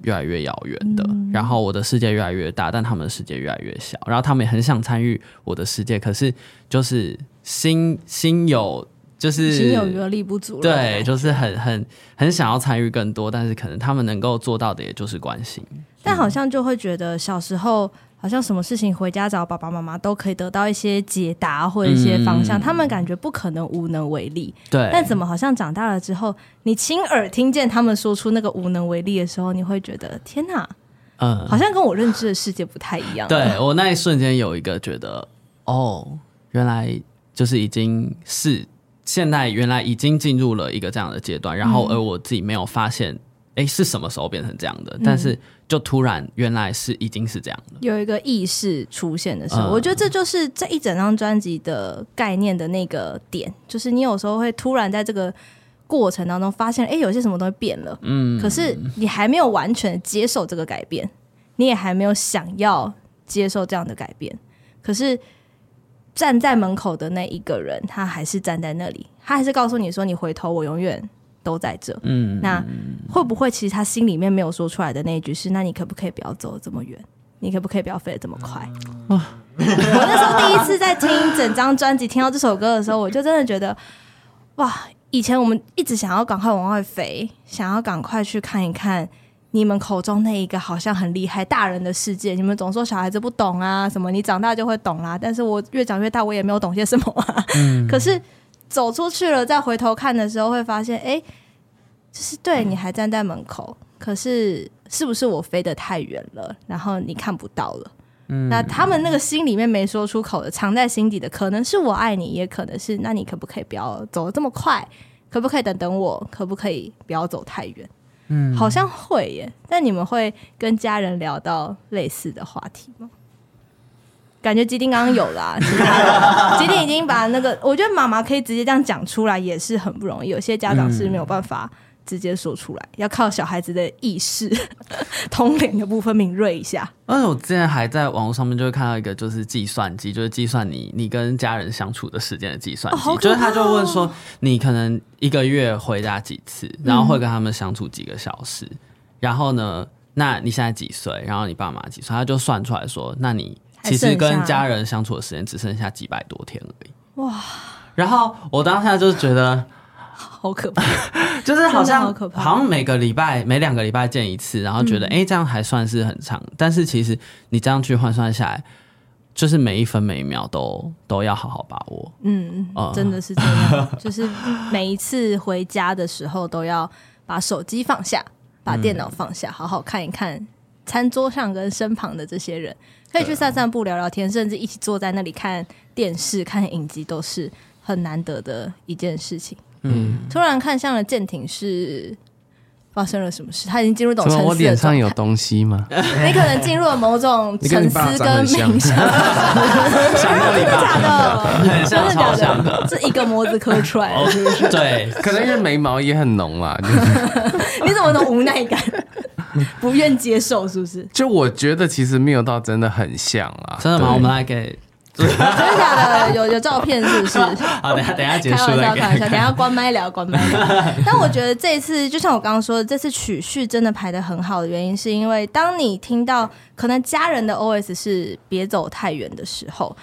Speaker 2: 越来越遥远的。
Speaker 1: 嗯
Speaker 2: 然后我的世界越来越大，但他们的世界越来越小。然后他们也很想参与我的世界，可是就是心心有就是
Speaker 1: 心有余而力不啊足了。
Speaker 2: 对，就是很很很想要参与更多，但是可能他们能够做到的也就是关心。
Speaker 1: 但
Speaker 2: 嗯
Speaker 1: 好像就会觉得小时候好像什么事情回家找爸爸妈妈都可以得到一些解答或者一些方向，
Speaker 2: 嗯
Speaker 1: 他们感觉不可能无能为力。
Speaker 2: 对，
Speaker 1: 但怎么好像长大了之后，你亲耳听见他们说出那个无能为力的时候，你会觉得天哪，
Speaker 2: 嗯
Speaker 1: 好，像跟我认知的世界不太一样。啊
Speaker 2: 对我那一瞬间有一个觉得，哦，原来就是已经是现在原来已经进入了一个这样的阶段，然后
Speaker 1: 嗯
Speaker 2: 而我自己没有发现，哎、是什么时候变成这样的？
Speaker 1: 嗯
Speaker 2: 但是就突然原来是已经是这样了。
Speaker 1: 有一个意识出现的时候，
Speaker 2: 嗯
Speaker 1: 我觉得这就是这一整张专辑的概念的那个点，就是你有时候会突然在这个过程当中发现，哎、有些什么东西变了，
Speaker 2: 嗯，
Speaker 1: 可是你还没有完全接受这个改变，你也还没有想要接受这样的改变，可是。站在门口的那一个人，他还是站在那里，他还是告诉你说：“你回头，我永远都在这。”
Speaker 2: 嗯，
Speaker 1: 那会不会其实他心里面没有说出来的那一句是：“那你可不可以不要走得这么远？你可不可以不要飞得这么快？” 我那时候第一次在听整张专辑听到这首歌的时候，我就真的觉得，哇！以前我们一直想要赶快往外飞，想要赶快去看一看你们口中那一个好像很厉害大人的世界。你们总说小孩子不懂啊，什么你长大就会懂啦、但是我越长越大，我也没有懂些什么啊。可是走出去了，再回头看的时候，会发现，哎、就是对你还站在门口，可是是不是我飞得太远了，然后你看不到了？那他们那个心里面没说出口的，藏在心底的，可能是我爱你，也可能是那你可不可以不要走得这么快？可不可以等等我？可不可以不要走太远？嗯，好像会耶。但你们会跟家人聊到类似的话题吗？感觉吉丁刚刚有啦，其他的吉丁已经把那个，我觉得妈妈可以直接这样讲出来，也是很不容易。有些家长是没有办法直接说出来，要靠小孩子的意识、 通灵的部分敏锐一下。
Speaker 2: 而且我之前还在网络上面就会看到一个，就是计算机，就是计算你你跟家人相处的时间的计算
Speaker 1: 哦
Speaker 2: 机，
Speaker 1: 好可
Speaker 2: 就是他
Speaker 1: 怕
Speaker 2: 就
Speaker 1: 哦
Speaker 2: 问说你可能一个月回家几次，
Speaker 1: 嗯
Speaker 2: 然后会跟他们相处几个小时，然后呢，那你现在几岁？然后你爸妈几岁？他就算出来说，那你
Speaker 1: 还
Speaker 2: 其实
Speaker 1: 剩下
Speaker 2: 跟家人相处的时间只剩下几百多天而已。哇！然后我当下就觉得，
Speaker 1: 好可怕！
Speaker 2: 就是好
Speaker 1: 真的
Speaker 2: 像
Speaker 1: 好可怕嗯
Speaker 2: 像每个礼拜每两个礼拜见一次，然后觉得哎、诶这样还算是很长，但是其实你这样去换算下来，就是每一分每一秒都都要好好把握。
Speaker 1: 嗯，
Speaker 4: 哦
Speaker 2: 啊
Speaker 1: 真的是这样，就是每一次回家的时候都要把手机放下，把电脑放
Speaker 4: 嗯
Speaker 1: 下，好好看一看餐桌上跟身旁的这些人，可以去散散步、聊聊天，甚至一起坐在那里看电视、看影集，都是很难得的一件事情。嗯，突然看向了舰艇是。发生了什么事？他已经进入懂
Speaker 4: 什
Speaker 1: 沉
Speaker 4: 么？我
Speaker 1: 思的
Speaker 4: 脸上
Speaker 1: 状态
Speaker 4: 有东西 吗？
Speaker 1: 你可能进入了某种
Speaker 3: 你跟你
Speaker 1: 沉
Speaker 3: 爸
Speaker 1: 思
Speaker 3: 长得
Speaker 1: 跟
Speaker 3: 很像
Speaker 1: 冥想，真的假的？
Speaker 2: 很
Speaker 1: 嗯真
Speaker 2: 像
Speaker 1: 的假
Speaker 2: 超像
Speaker 1: 的？是一个模子刻出来
Speaker 2: 哦
Speaker 1: 的，，
Speaker 2: 对，
Speaker 4: 可能因为眉毛也很浓啦，就是
Speaker 1: 你怎么能无奈感？不愿接受是不是？
Speaker 4: 就我觉得其实没有到真的很像啦。
Speaker 2: 真的吗？
Speaker 4: 对
Speaker 2: 我们来给
Speaker 1: 真的假的？有有照片是不是？
Speaker 2: 好，等一下等一下结
Speaker 1: 开
Speaker 2: 束
Speaker 1: 玩
Speaker 2: 再
Speaker 1: 笑，
Speaker 2: 给
Speaker 1: 开玩笑，
Speaker 2: 你
Speaker 1: 等一
Speaker 2: 看。
Speaker 1: 下关麦聊，关麦 聊。但我觉得这一次，就像我刚刚说的，这次曲序真的排的很好的原因，是因为当你听到可能家人的 OS 是别走太远的时候，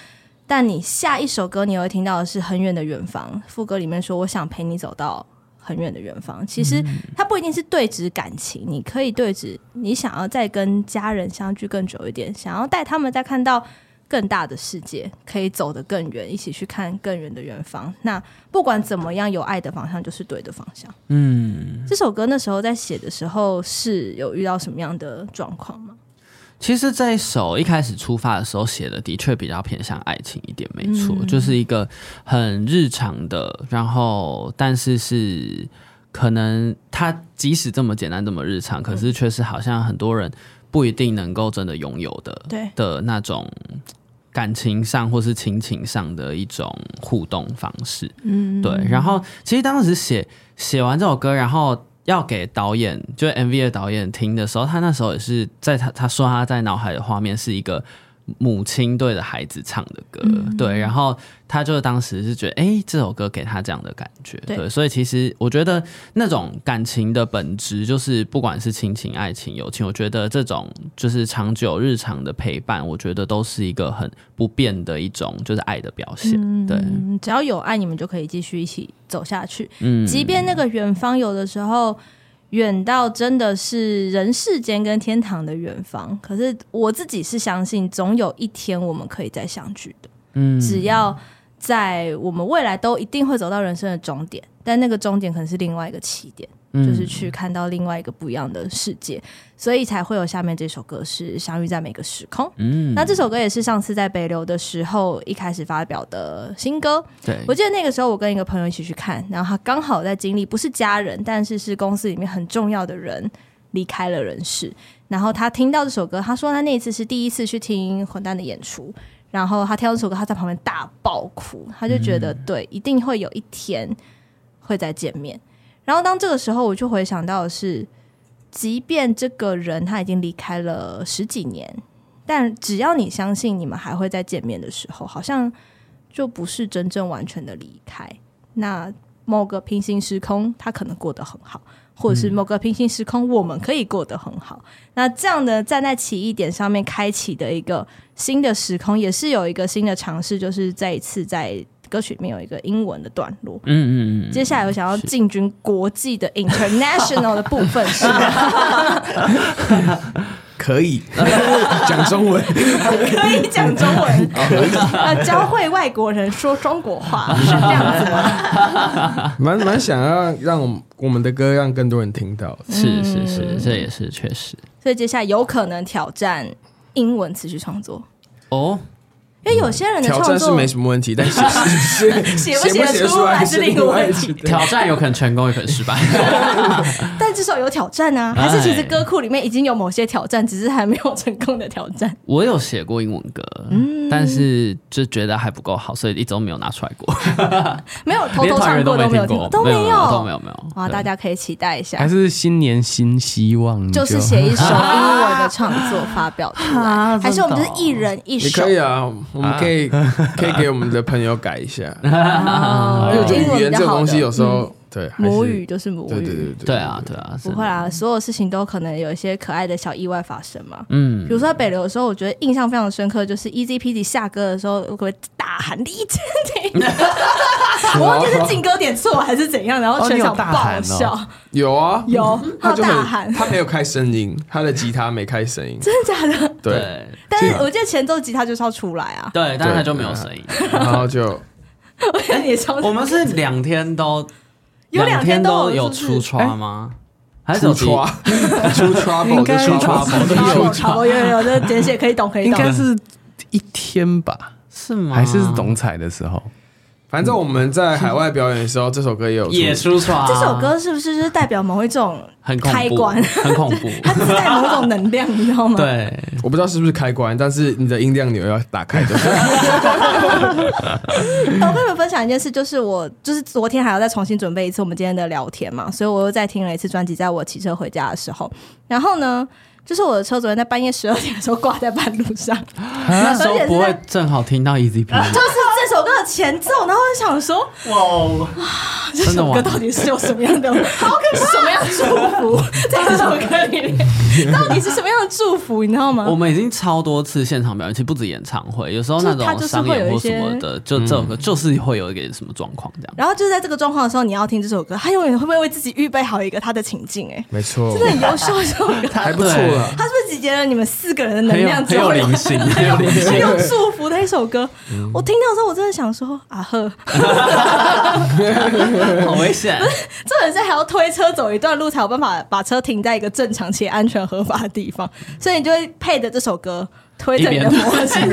Speaker 1: 但你下一首歌你会听到的是很远的远方，副歌里面说我想陪你走到。很远的远方，其实
Speaker 2: 嗯
Speaker 1: 它不一定是对指感情，你可以对指你想要再跟家人相聚更久一点，想要带他们再看到更大的世界，可以走得更远，一起去看更远的远方。那不管怎么样，有爱的方向就是对的方向。嗯，这首歌那时候在写的时候是有遇到什么样的状况吗？
Speaker 2: 其实这一首一开始出发的时候写的的确比较偏向爱情一点，没错，就是一个很日常的，然后但是是可能它即使这么简单这么日常，可是却是好像很多人不一定能够真的拥有的，
Speaker 1: 对
Speaker 2: 的那种感情上或是亲情上的一种互动方式。嗯，对。然后其实当时写写完这首歌，然后要给导演，就是 MV 的导演听的时候，他那时候也是在他他说他在脑海的画面是一个。母亲对着孩子唱的歌，
Speaker 1: 嗯
Speaker 2: 对，然后他就当时是觉得，哎、这首歌给他这样的感觉，
Speaker 1: 对
Speaker 2: 所以其实我觉得那种感情的本质，就是不管是亲情、爱情、友情，我觉得这种就是长久日常的陪伴，我觉得都是一个很不变的一种，就是爱的表现，对，
Speaker 1: 嗯，只要有爱，你们就可以继续一起走下去。
Speaker 2: 嗯，
Speaker 1: 即便那个远方有的时候远到真的是人世间跟天堂的远方，可是我自己是相信，总有一天我们可以再相聚的。
Speaker 2: 嗯
Speaker 1: 只要在我们未来都一定会走到人生的终点，但那个终点可能是另外一个起点，
Speaker 2: 嗯
Speaker 1: 就是去看到另外一个不一样的世界，所以才会有下面这首歌是《相遇在每个时空》。
Speaker 2: 嗯
Speaker 1: 那这首歌也是上次在北流的时候一开始发表的新歌，
Speaker 2: 对
Speaker 1: 我记得那个时候，我跟一个朋友一起去看，然后他刚好在经历不是家人，但是是公司里面很重要的人离开了人世。然后他听到这首歌，他说他那一次是第一次去听混蛋的演出，然后他听到这首歌，他在旁边大爆哭，他就觉得、
Speaker 2: 嗯
Speaker 1: 对，一定会有一天会再见面。然后当这个时候，我就回想到的是，即便这个人他已经离开了十几年，但只要你相信你们还会再见面的时候，好像就不是真正完全的离开。那某个平行时空，他可能过得很好，或
Speaker 2: 嗯
Speaker 1: 者是某个平行时空，我们可以过得很好。那这样的站在起义点上面开启的一个新的时空，也是有一个新的尝试，就是再一次在歌曲里面有一个英文的段落。
Speaker 2: 嗯嗯嗯，
Speaker 1: 接下来我想要进军国际的 international 的部分是吗？
Speaker 3: 可以讲中文，
Speaker 1: 可以讲中文，呃，教会外国人说中国话是这样子吗？
Speaker 3: 蛮蛮想要让我们我们的歌让更多人听到的。
Speaker 2: 是是
Speaker 1: 嗯
Speaker 2: 是，这也是确实
Speaker 1: 所以接下来有可能挑战英文词曲创作，
Speaker 2: 哦，
Speaker 1: 因为有些人的
Speaker 3: 挑
Speaker 1: 创
Speaker 3: 战是
Speaker 1: 作
Speaker 3: 没什么问题，但是写
Speaker 1: 写
Speaker 3: 不
Speaker 1: 不写
Speaker 3: 写
Speaker 1: 得
Speaker 3: 出
Speaker 1: 出
Speaker 3: 来
Speaker 1: 来是另一个问题，
Speaker 2: 挑战有可能成功，有可能 失败，
Speaker 1: 但至少有挑战啊。还是其实歌库里面已经有某些挑战，只是还没有成功的挑战。
Speaker 2: 我有写过英文歌，
Speaker 1: 嗯
Speaker 2: 但是就觉得还不够好，所以一直都没有拿出来过，
Speaker 1: 没有偷
Speaker 2: 连
Speaker 1: 偷
Speaker 2: 团
Speaker 1: 唱
Speaker 2: 员都
Speaker 1: 过都没
Speaker 2: 听
Speaker 1: 有
Speaker 2: 过，
Speaker 1: 听，都
Speaker 2: 没有
Speaker 1: 有
Speaker 2: 都没有没有。
Speaker 1: 哇，
Speaker 2: 对
Speaker 1: 大家可以期待一下
Speaker 4: 还，是新年新希望，你
Speaker 1: 就是写 一首英文的创作发表出来，还是我们就是一人一
Speaker 3: 也
Speaker 1: 首
Speaker 3: 可以啊，我们可以可以给我们的朋友改一下，
Speaker 1: 哦
Speaker 3: 因为我觉
Speaker 1: 英
Speaker 3: 得
Speaker 1: 文
Speaker 3: 语
Speaker 1: 比
Speaker 3: 言
Speaker 1: 较
Speaker 3: 这种
Speaker 1: 好
Speaker 3: 东西有
Speaker 1: 的。
Speaker 3: 时候对还是
Speaker 1: 母语就是母
Speaker 3: 对对对
Speaker 1: 语，
Speaker 3: 对
Speaker 2: 对啊对啊，
Speaker 1: 不会啦，所有事情都可能有一些可爱的小意外发生嘛。
Speaker 2: 嗯
Speaker 1: 比如说在北流的时候，我觉得印象非常深刻，就是 E Easy Peasy 下歌的时候，我会大喊李坚挺，我忘记是进歌点错还是怎样，然后全场爆笑，
Speaker 3: 有啊，
Speaker 1: 有
Speaker 3: 他
Speaker 1: 他
Speaker 3: 就
Speaker 1: 大
Speaker 3: 很
Speaker 1: 喊，
Speaker 3: 他没有开声音，他的吉他没开声音，
Speaker 1: 真的假的？
Speaker 3: 对，
Speaker 2: 对
Speaker 1: 但是我记得前奏吉他就是要出来啊，
Speaker 2: 对，但他就没有声 音。
Speaker 3: 然后就
Speaker 1: 我觉得你超
Speaker 2: 我们是两天都
Speaker 1: 有两
Speaker 2: 两
Speaker 1: 天都
Speaker 2: 都
Speaker 1: 有
Speaker 2: 有
Speaker 1: 是不
Speaker 2: 出
Speaker 1: 是
Speaker 2: 窗吗？哎还是
Speaker 3: 出
Speaker 2: 有第一
Speaker 3: 刷 出 trouble 就出
Speaker 1: 超有
Speaker 3: trouble 就出
Speaker 1: 超有有这简写可以懂可以
Speaker 4: 应
Speaker 1: 懂，
Speaker 4: 该是一天吧，
Speaker 2: 是吗？
Speaker 4: 还
Speaker 3: 嗯
Speaker 4: 是懂彩的时候？
Speaker 3: 反正我们在海外表演的时候，这首歌也有
Speaker 2: 也
Speaker 3: 出
Speaker 2: 出窗？
Speaker 1: 这首歌是不是就是代表某一种
Speaker 2: 很恐怖
Speaker 1: 开关？
Speaker 2: 很恐 怖。
Speaker 1: 它自带某种能量，你知道吗？
Speaker 2: 对，
Speaker 3: 我不知道是不是开关，但是你的音量钮要打开的。
Speaker 1: 呃我跟你们分享一件事，就是我就是昨天还要再重新准备一次我们今天的聊天嘛，所以我又再听了一次专辑，在我骑车回家的时候。然后呢，就是我的车昨天在半夜十二点的时候挂在半路上，
Speaker 2: 那
Speaker 1: 而
Speaker 2: 时候
Speaker 1: 且
Speaker 2: 不
Speaker 1: 是在
Speaker 2: 会正好听到 Easy P，
Speaker 1: 就是这首歌的前奏，然后我就想说，啊这
Speaker 2: 真的
Speaker 1: 首
Speaker 2: 吗
Speaker 1: 歌？到底是有什么样的，哦好可怕，什么样的 祝福在这首歌里面，到底是什么样的祝福，你知道吗？
Speaker 2: 我们已经超多次现场表演，其实不止演唱会，有时候
Speaker 1: 就是
Speaker 2: 那
Speaker 1: 它就
Speaker 2: 种
Speaker 1: 是
Speaker 2: 商
Speaker 1: 会有
Speaker 2: 演
Speaker 1: 一
Speaker 2: 或什么
Speaker 1: 些
Speaker 2: 的，就这首歌就是会有一个什么状况这样。
Speaker 1: 然后就是在这个状况的时候，你要听这首歌，他永远会不会为自己预备好一个他的情境、哎，
Speaker 3: 没错，
Speaker 1: 真的啊很优秀，这首歌。
Speaker 3: 还不错啊了。
Speaker 1: 他是不是集结了你们四个人的能
Speaker 2: 很有
Speaker 1: 量
Speaker 2: 很
Speaker 1: 之后，
Speaker 2: 有 灵性，很有灵
Speaker 1: 很
Speaker 2: 性。嗯
Speaker 1: 有祝福的一首歌。我听到之后，我真的想说啊呵，
Speaker 2: 好危险。
Speaker 1: 这人是还要推车走一段路才有办法把车停在一个正常且安全合法的地方，所以你就会配着这首歌推着你的
Speaker 2: 一边
Speaker 1: 摩托车。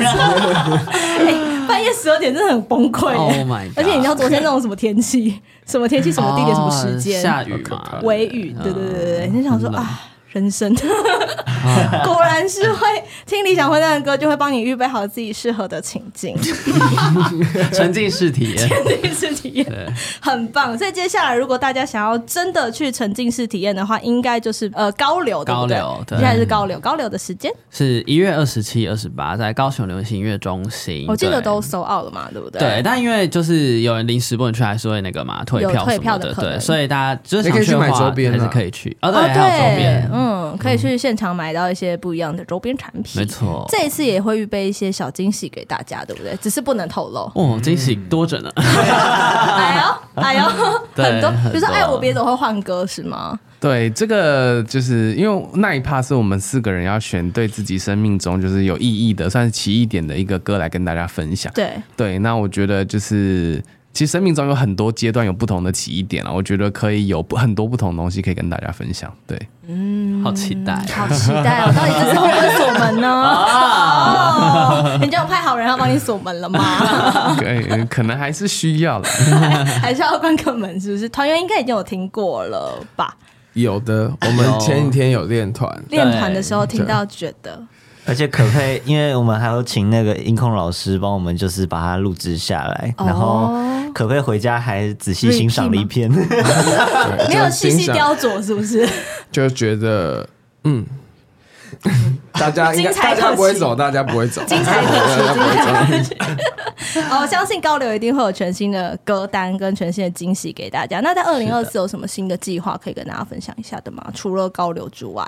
Speaker 1: 哎半夜十二点真的很崩溃、
Speaker 2: Oh my god
Speaker 1: 而且你知道昨天那种什么天气，什么天气，什么地点，什么时
Speaker 2: 哦
Speaker 1: 间，
Speaker 2: 下雨嘛，
Speaker 1: 微雨，对对对对对，你就想说啊，人生，
Speaker 2: 啊
Speaker 1: 果然是会听理想混蛋的歌，就会帮你预备好自己适合的情 境，
Speaker 2: 沉浸式体验。
Speaker 1: 这一次体验
Speaker 2: 对
Speaker 1: 很棒。所以接下来，如果大家想要真的去沉浸式体验的话，应该就是呃高流，对不对
Speaker 2: 高流对
Speaker 1: 接下来是高流，高流的时间，
Speaker 2: 是一月二十七、二十八在高雄流行音乐中心，
Speaker 1: 我记得
Speaker 2: 对
Speaker 1: 都 sold out 了嘛，对不对？
Speaker 2: 嗯对，但因为就是有人临时不能去，还是会那个嘛退
Speaker 1: 有
Speaker 2: 票
Speaker 1: 退
Speaker 2: 什么
Speaker 1: 票
Speaker 2: 的，
Speaker 1: 的可
Speaker 2: 对，
Speaker 1: 能
Speaker 2: 所以大家就是想
Speaker 3: 也可以去
Speaker 2: 的
Speaker 3: 买
Speaker 2: 话
Speaker 3: 周边
Speaker 2: 还是
Speaker 3: 啦
Speaker 2: 可以去哦，对，
Speaker 1: 哦，
Speaker 2: 还有周
Speaker 1: 对
Speaker 2: 边，，
Speaker 1: 嗯，可以去现场买到一些不一样的周边产品，
Speaker 2: 没错。
Speaker 1: 这一次也会预备一些小惊喜给大家，对不对？只是不能透露
Speaker 2: 哦，惊喜多着呢，
Speaker 1: 哎 呦，哎呦，
Speaker 2: 对
Speaker 1: 很多，比如说
Speaker 2: 很多啊
Speaker 1: 爱我别走会换歌是吗？
Speaker 4: 对，这个就是因为那一趴是我们四个人要选对自己生命中就是有意义的，算是奇异点的一个歌来跟大家分享。
Speaker 1: 对，
Speaker 4: 对，那我觉得就是，其实生命中有很多阶段有不同的起异点啊，我觉得可以有不很多不同的东西可以跟大家分享。对，
Speaker 2: 好期待。
Speaker 1: 好期待哦！到底这次会不会锁门 呢？
Speaker 2: 啊
Speaker 1: 哦，你就派好人要帮你锁门了吗？
Speaker 4: 可以可能还是需要了。
Speaker 1: 还是要关个门？是不是？团员应该已经有听过了吧？
Speaker 3: 有的，我们前几天有练团，
Speaker 1: 练团的时候听到，觉得
Speaker 5: 而且可佩，因为我们还有请那个音控老师帮我们，就是把它录制下来，
Speaker 1: 哦
Speaker 5: 然后可佩回家还仔细欣赏了一遍。
Speaker 3: 对
Speaker 1: 没有
Speaker 3: 就
Speaker 1: 细
Speaker 3: 欣
Speaker 1: 细
Speaker 3: 赏，
Speaker 1: 雕琢，是不是？
Speaker 3: 就觉得 嗯，大家应该
Speaker 1: 精彩特辑
Speaker 3: 大家不会走，大家不会走，
Speaker 1: 精彩
Speaker 3: 大家不会走
Speaker 1: 可期，精彩可期。好，我哦相信高流一定会有全新的歌单跟全新的惊喜给大家。那在二零二四有什么新的计划可以跟大家分享一下的吗？除了高流之外，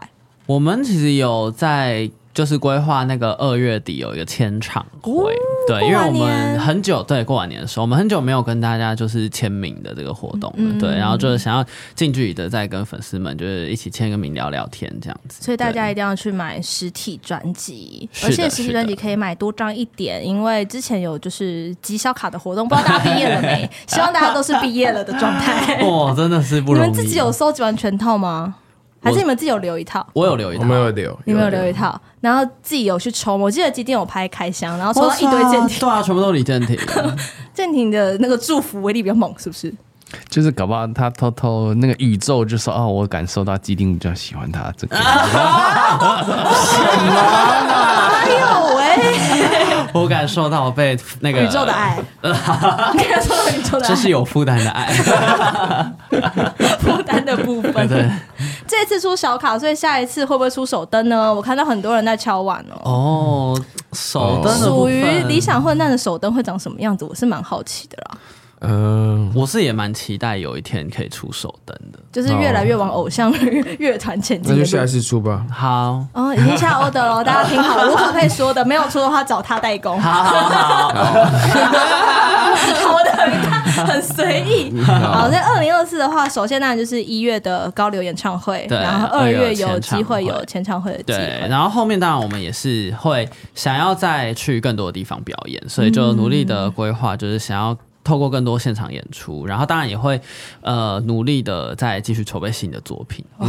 Speaker 2: 我们其实有在就是规划那个二月底有一个签唱会，对，因为我
Speaker 1: 哦过完年
Speaker 2: 们很久对过完年的时候，我们很久没有跟大家就是签名的这个活动了，
Speaker 1: 嗯
Speaker 2: 对，然后就是想要近距离的再跟粉丝们就是一起签个名聊聊天这样子，
Speaker 1: 所以大家
Speaker 2: 对
Speaker 1: 一定要去买实体专辑，
Speaker 2: 是
Speaker 1: 而
Speaker 2: 的
Speaker 1: 且实体专辑
Speaker 2: 是的
Speaker 1: 可以买多张一点，因为之前有就是绩效卡的活动，不知道大家毕业了 没？希望大家都是毕业了的状态。
Speaker 2: 哦，真的 是不
Speaker 1: 哎你
Speaker 2: 容易。
Speaker 1: 们自己有收集完全套吗？还是你们自己有留一套？
Speaker 2: 我有留一
Speaker 3: 我
Speaker 2: 套，
Speaker 3: 没有留，
Speaker 1: 你们有留一套，然后自己有去抽吗？我记得几点有拍开箱，然后抽到一堆
Speaker 2: 哇
Speaker 1: 舰
Speaker 2: 塞
Speaker 1: 艇，
Speaker 2: 对啊，全部都是李健庭。
Speaker 1: 舰艇的那个祝福威力比较猛，是不 是？
Speaker 4: 就是搞不好他偷偷那个宇宙就说哦，我感受到既定比较喜欢他这个。
Speaker 1: 哎呦喂，
Speaker 2: 我感受到被那个
Speaker 1: 宇宙的， 爱， 你看说到宇宙的
Speaker 2: 这是
Speaker 1: 爱，
Speaker 2: 有负担的爱。
Speaker 1: 负担的部分。
Speaker 2: 对，
Speaker 1: 这次出小卡，所以下一次会不会出手灯呢？我看到很多人在敲碗 哦。
Speaker 2: 哦，手灯的部
Speaker 1: 属
Speaker 2: 分
Speaker 1: 于理，想混蛋的手灯会长什么样子，我是蛮好奇的啦。
Speaker 3: 嗯，
Speaker 2: 我是也蛮期待有一天可以出手灯的。
Speaker 1: 就是越来越往偶像乐团前
Speaker 3: 那
Speaker 1: 进
Speaker 3: 就
Speaker 1: 的
Speaker 3: 下一
Speaker 1: 路。
Speaker 3: 次出吧。
Speaker 2: 好，
Speaker 1: 哦，已经下 order 了，大家听好，如何配说的，没有出的话找他代工。
Speaker 2: 好好 好，
Speaker 1: 好的，他很随意。好，在二零二四的话，首先当然就是一月的高流演唱会，
Speaker 2: 对
Speaker 1: 然后二月有
Speaker 2: 二月有
Speaker 1: 机会
Speaker 2: 签唱会
Speaker 1: 有签唱会的机
Speaker 2: 对，
Speaker 1: 会。
Speaker 2: 然后后面当然我们也是会想要再去更多的地方表演，所以就努力的规划，就是想要。透过更多现场演出，然后当然也会，呃，努力的再继续筹备新的作品。
Speaker 1: 哦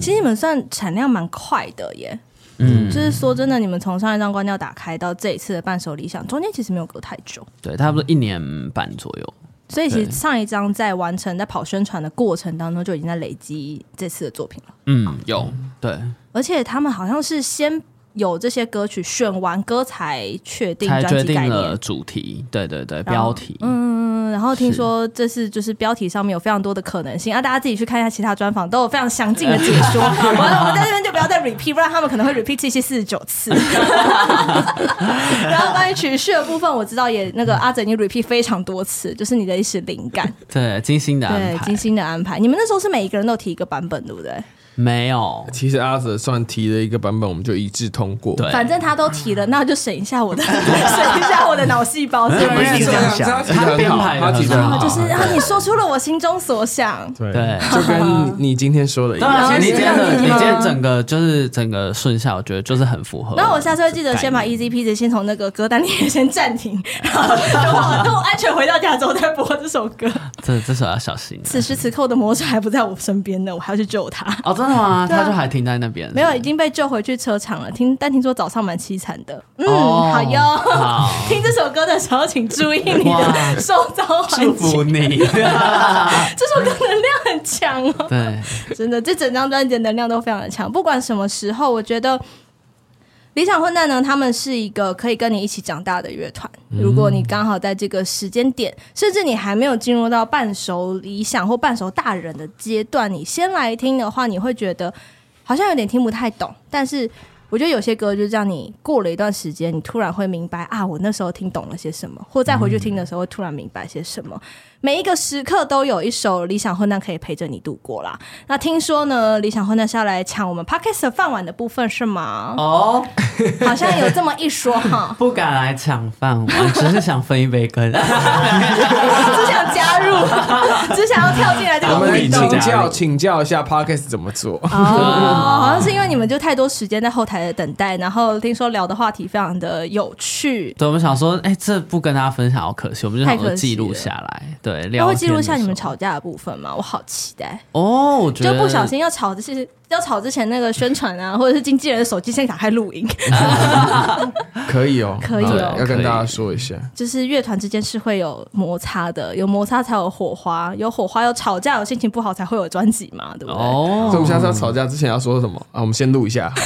Speaker 1: 其实你们算产量蛮快的耶，
Speaker 2: 嗯，
Speaker 1: 就是说真的，你们从上一张关掉打开到这一次的伴手理想，中间其实没有隔太久。
Speaker 2: 对，差
Speaker 1: 嗯
Speaker 2: 不多一年半左右。
Speaker 1: 所以其实
Speaker 2: 对
Speaker 1: 上一张在完成在跑宣传的过程当中，就已经在累积这次的作品了。
Speaker 2: 嗯，有对，
Speaker 1: 而且他们好像是先有这些歌曲选完歌才确定
Speaker 2: 才
Speaker 1: 专
Speaker 2: 决
Speaker 1: 辑概
Speaker 2: 定
Speaker 1: 念
Speaker 2: 了，主题，对对对，
Speaker 1: 然后
Speaker 2: 标题，
Speaker 1: 嗯，然后听说这次就是标题上面有非常多的可能性啊，大家自己去看一下其他专访，都有非常详尽的解说。我们我们在这边就不要再 repeat，不然他们可能会 repeat 七七四十九次。然后关于曲序的部分，我知道也那个阿哲已经 repeat 非常多次，就是你的一些灵感，
Speaker 2: 对，精心的安
Speaker 1: 对，
Speaker 2: 排
Speaker 1: 精，心的安排。你们那时候是每一个人都提一个版本，对不对？
Speaker 2: 没有，
Speaker 3: 其实阿哲算提了一个版本，我们就一致通过。
Speaker 2: 对，
Speaker 1: 反正他都提了，那就省一下我的，省一下我的脑细胞。是不
Speaker 5: 不
Speaker 1: 是
Speaker 5: 是这样想
Speaker 3: 他提得很好他提的很好，
Speaker 1: 就是啊，你说出了我心中所想。
Speaker 3: 对
Speaker 2: 对
Speaker 3: 就跟你你今天说的一
Speaker 2: 当
Speaker 3: 样。
Speaker 2: 然，其实你今天的
Speaker 1: 你
Speaker 2: 你
Speaker 1: 今天
Speaker 2: 今天整个就是整个顺下，我觉得就是很符合。
Speaker 1: 然后我下次会记得先把
Speaker 2: 概
Speaker 1: E
Speaker 2: 念
Speaker 1: Z P 子先从那个歌单里面先暂停， 然后等我等我安全回到家之后再播这首歌。
Speaker 2: 这这首要小心。啊
Speaker 1: 此时此刻我的魔爪还不在我身边呢，我还要去救他。
Speaker 2: 哦，真的吗？
Speaker 1: 对啊
Speaker 2: 他就还停在那边，
Speaker 1: 没有，已经被救回去车场了。听，但听说早上蛮凄惨的。嗯，
Speaker 2: 哦
Speaker 1: 好哟。
Speaker 2: 好
Speaker 1: 听这首歌的时候，请注意你
Speaker 2: 哇
Speaker 1: 的受遭环
Speaker 2: 祝
Speaker 1: 境
Speaker 2: 福。你。
Speaker 1: 这首歌能量很很强哦。
Speaker 2: 对，
Speaker 1: 真的，这整张专辑的能量都非常的强，不管什么时候，我觉得。理想混蛋呢，他们是一个可以跟你一起长大的乐团。如果你刚好在这个时间点，甚至你还没有进入到半熟理想或半熟大人的阶段，你先来听的话，你会觉得好像有点听不太懂。但是我觉得有些歌就是这样，你过了一段时间，你突然会明白啊，我那时候听懂了些什么，或再回去听的时候，会突然明白些什么。每一个时刻都有一首《理想混蛋》可以陪着你度过啦。那听说呢，《理想混蛋》是要来抢我们 Podcast 的饭碗的部分是吗？
Speaker 2: 哦，，
Speaker 1: 好像有这么一说 哈
Speaker 2: 不敢来抢饭碗，只是想分一杯羹。
Speaker 1: 只想加入，只想要跳进来这
Speaker 3: 我
Speaker 1: 个
Speaker 3: 们
Speaker 1: 运
Speaker 3: 请
Speaker 1: 动。
Speaker 3: 教请教一下 Parkes 怎么做？
Speaker 1: 哦， 好像是因为你们就太多时间在后台的等待，然后听说聊的话题非常的有趣，
Speaker 2: 对，我们想说，哎、这不跟大家分享好可惜，我们就想
Speaker 1: 太
Speaker 2: 说
Speaker 1: 可惜
Speaker 2: 记
Speaker 1: 了
Speaker 2: 录下来。对，
Speaker 1: 那
Speaker 2: 聊
Speaker 1: 会记录下
Speaker 2: 天的时候
Speaker 1: 你们吵架的部分吗？我好期待，
Speaker 2: 哦，我觉
Speaker 1: 就
Speaker 2: 得
Speaker 1: 不小心要吵，就是要吵之前那个宣传啊， 或者是经纪人的手机先打开录音，
Speaker 3: 可以哦，
Speaker 1: 可以哦
Speaker 3: 要跟
Speaker 2: 可以
Speaker 3: 大家说一下。
Speaker 1: 就是乐团之间是会有摩擦的，有摩擦才有火花，有火花有吵架，有心情不好才会有专辑嘛，对不对？
Speaker 3: 所以我
Speaker 2: 哦
Speaker 3: 们，下次要吵架之前要说什么啊？我们先录一下，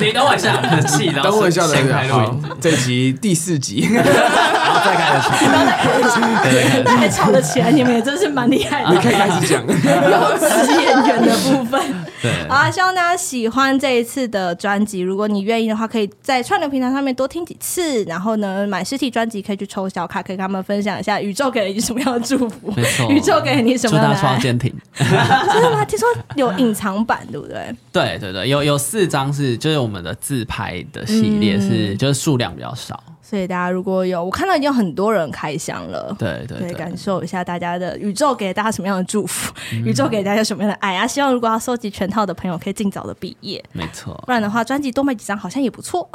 Speaker 2: 你等我一下，很气，然后
Speaker 3: 等我一下，等
Speaker 2: 先
Speaker 3: 一
Speaker 2: 开
Speaker 3: 下。
Speaker 2: 录
Speaker 3: 好
Speaker 2: 音，，
Speaker 3: 这集第四集，
Speaker 2: 然后再开始吵。
Speaker 1: 那还吵得起来，你们也真是蛮厉害的。
Speaker 3: 你可以开始讲。
Speaker 1: 有职演员的部分。
Speaker 2: 对
Speaker 1: 好，啊，希望大家喜欢这一次的专辑。如果你愿意的话，可以在串流平台上面多听几次，然后呢，买实体专辑可以去抽小卡，可以跟他们分享一下宇宙给了你什么样的祝福
Speaker 2: 没 错，
Speaker 1: 宇宙给了你什
Speaker 2: 祝
Speaker 1: 么样
Speaker 2: 大
Speaker 1: 的
Speaker 2: 家刷
Speaker 1: 爱。
Speaker 2: 舰艇。
Speaker 1: 真的吗？听说有隐藏版，对不对？
Speaker 2: 对对对，有有四张是就是我们的自拍的系列
Speaker 1: 嗯
Speaker 2: 是、就是数量比较少，
Speaker 1: 所以大家如果有，我看到已经有很多人开箱了。
Speaker 2: 对对
Speaker 1: 对，
Speaker 2: 对，嗯
Speaker 1: 感受一下大家的宇宙给大家什么样的祝福， 宇宙给大家什么样的爱啊！希望如果要收集全套的朋友，可以尽早的毕业，
Speaker 2: 没错，
Speaker 1: 不然的话，专辑多卖几张好像也不错。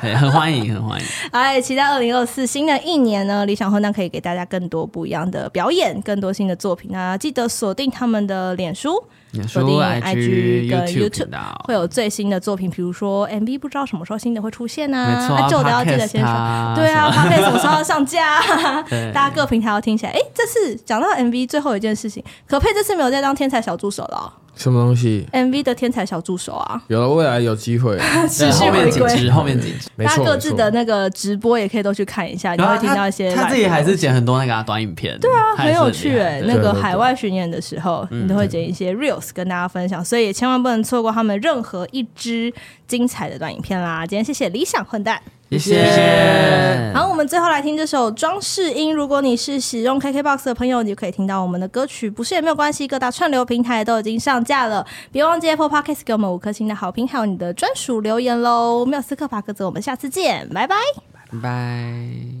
Speaker 2: 很很欢迎，很欢迎，
Speaker 1: 哎，期待二零二四新的一年呢，理想混蛋可以给大家更多不一样的表演，更多新的作品那记得锁定他们的脸书，
Speaker 2: 脸书
Speaker 1: 锁定
Speaker 2: IG
Speaker 1: 跟
Speaker 2: YouTube 频
Speaker 1: YouTube
Speaker 2: 道
Speaker 1: 会有最新的作品，比如说 MV 不知道什么时候新的会出现啊，
Speaker 2: 没错啊
Speaker 1: 啊旧的要记得先
Speaker 2: Podcast
Speaker 1: 刷，
Speaker 2: 啊
Speaker 1: 对啊 p o
Speaker 2: 什
Speaker 1: d c 什么时候要上架、啊
Speaker 2: 对
Speaker 1: 大家各平台要听起来。哎，这次讲到 MV 最后一件事情，可佩这次没有再当天才小助手了哦、
Speaker 3: 什么东西？
Speaker 1: MV 的天才小助手啊，
Speaker 3: 有了未来有机会，
Speaker 1: 持续
Speaker 2: 后面
Speaker 1: 回
Speaker 2: 几
Speaker 1: 归。
Speaker 2: 支，后 面几支。啊
Speaker 3: 没
Speaker 1: 大家
Speaker 3: 错，
Speaker 1: 各自
Speaker 3: 没错
Speaker 1: 的那个直播也可以都去看一下，你会听到一些
Speaker 2: 他
Speaker 1: live
Speaker 2: 自己还是剪很多那个啊短影片，对啊
Speaker 1: 很有趣哎、那
Speaker 3: 对
Speaker 1: 个
Speaker 3: 对嗯
Speaker 1: 海外巡演的时候，你都会剪一些 reels 跟大家分享，所以也千万不能错过他们任何一支精彩的短影片啦！今天谢谢理想混蛋，
Speaker 2: 谢
Speaker 3: 嗯
Speaker 2: 谢。
Speaker 1: 然后我们最后来听这首《装饰音》。如果你是使用 KKBOX 的朋友，你就可以听到我们的歌曲，不是也没有关系，各大串流平台都已经上架了。别忘记 Apple Podcast 给我们五颗星的好评，还有你的专属留言喽。缪斯克帕克泽，我们下次见，拜拜。
Speaker 2: 拜拜。